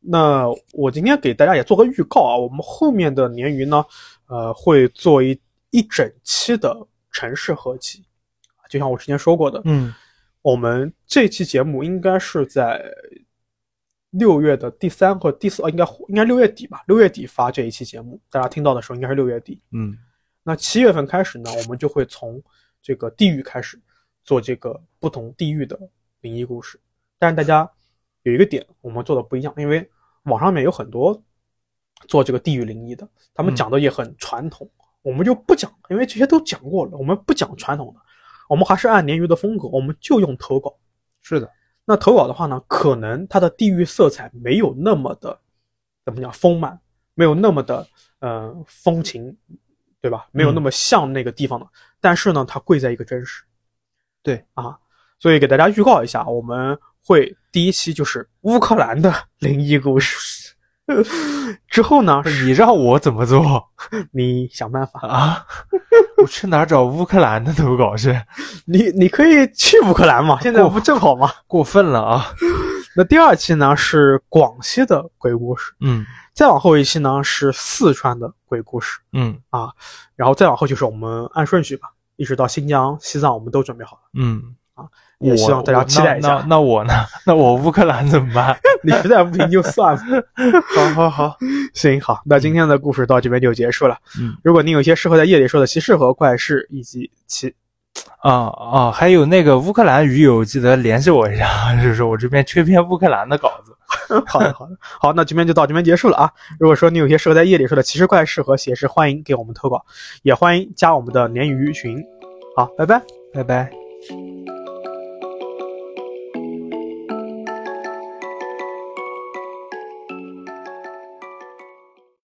[SPEAKER 1] 那我今天给大家也做个预告啊，我们后面的鲶鱼呢，呃，会做一一整期的城市合集，就像我之前说过的，
[SPEAKER 2] 嗯，
[SPEAKER 1] 我们这期节目应该是在六月的第三和第四，呃，应该应该六月底吧，六月底发这一期节目，大家听到的时候应该是六月底。
[SPEAKER 2] 嗯，
[SPEAKER 1] 那七月份开始呢，我们就会从这个地域开始做这个不同地域的灵异故事。但是大家有一个点，我们做的不一样，因为网上面有很多做这个地域灵异的，他们
[SPEAKER 2] 嗯
[SPEAKER 1] 讲的也很传统，我们就不讲，因为这些都讲过了，我们不讲传统的，我们还是按鲶鱼的风格，我们就用投稿。
[SPEAKER 2] 是的，
[SPEAKER 1] 那投稿的话呢，可能它的地域色彩没有那么的怎么讲丰满，没有那么的呃风情，对吧？没
[SPEAKER 2] 嗯
[SPEAKER 1] 有那么像那个地方的，但是呢，它贵在一个真实。
[SPEAKER 2] 对
[SPEAKER 1] 啊，所以给大家预告一下，我们会第一期就是乌克兰的 灵异故事，之后呢，是
[SPEAKER 2] 你让我怎么做
[SPEAKER 1] 你想办法，
[SPEAKER 2] 啊？ 我去哪儿找乌克兰的投稿去？
[SPEAKER 1] 你你可以去乌克兰嘛，现在不正好吗？
[SPEAKER 2] 过分了啊！
[SPEAKER 1] 那第二期呢是广西的鬼故事。
[SPEAKER 2] 嗯
[SPEAKER 1] 再往后一期呢是四川的鬼故事，
[SPEAKER 2] 嗯
[SPEAKER 1] 然后再往后就是我们按顺序吧，一直到新疆、西藏，我们都准备好了。
[SPEAKER 2] 嗯，
[SPEAKER 1] 也
[SPEAKER 2] 我
[SPEAKER 1] 希望大家
[SPEAKER 2] 我
[SPEAKER 1] 期待一
[SPEAKER 2] 那
[SPEAKER 1] 下
[SPEAKER 2] 那。那我呢？ 那我乌克兰怎么 办？
[SPEAKER 1] 你实在不行就算 了。
[SPEAKER 2] 好好好，
[SPEAKER 1] 行，好，那今天的故事到这边就结束了。
[SPEAKER 2] 嗯
[SPEAKER 1] 如果您有一些适合在夜里说的奇事和怪事，以及其
[SPEAKER 2] 啊啊，还有那个乌克兰鱼友，记得联系我一下， 就是我这边缺篇乌克兰的稿子。
[SPEAKER 1] 好的好的好，那这边就到这边结束了啊。如果说你有一些适合在夜里说的奇事怪事和邪事，欢迎给我们投稿，也欢迎加我们的鲶鱼群。好，拜拜。
[SPEAKER 2] 拜拜。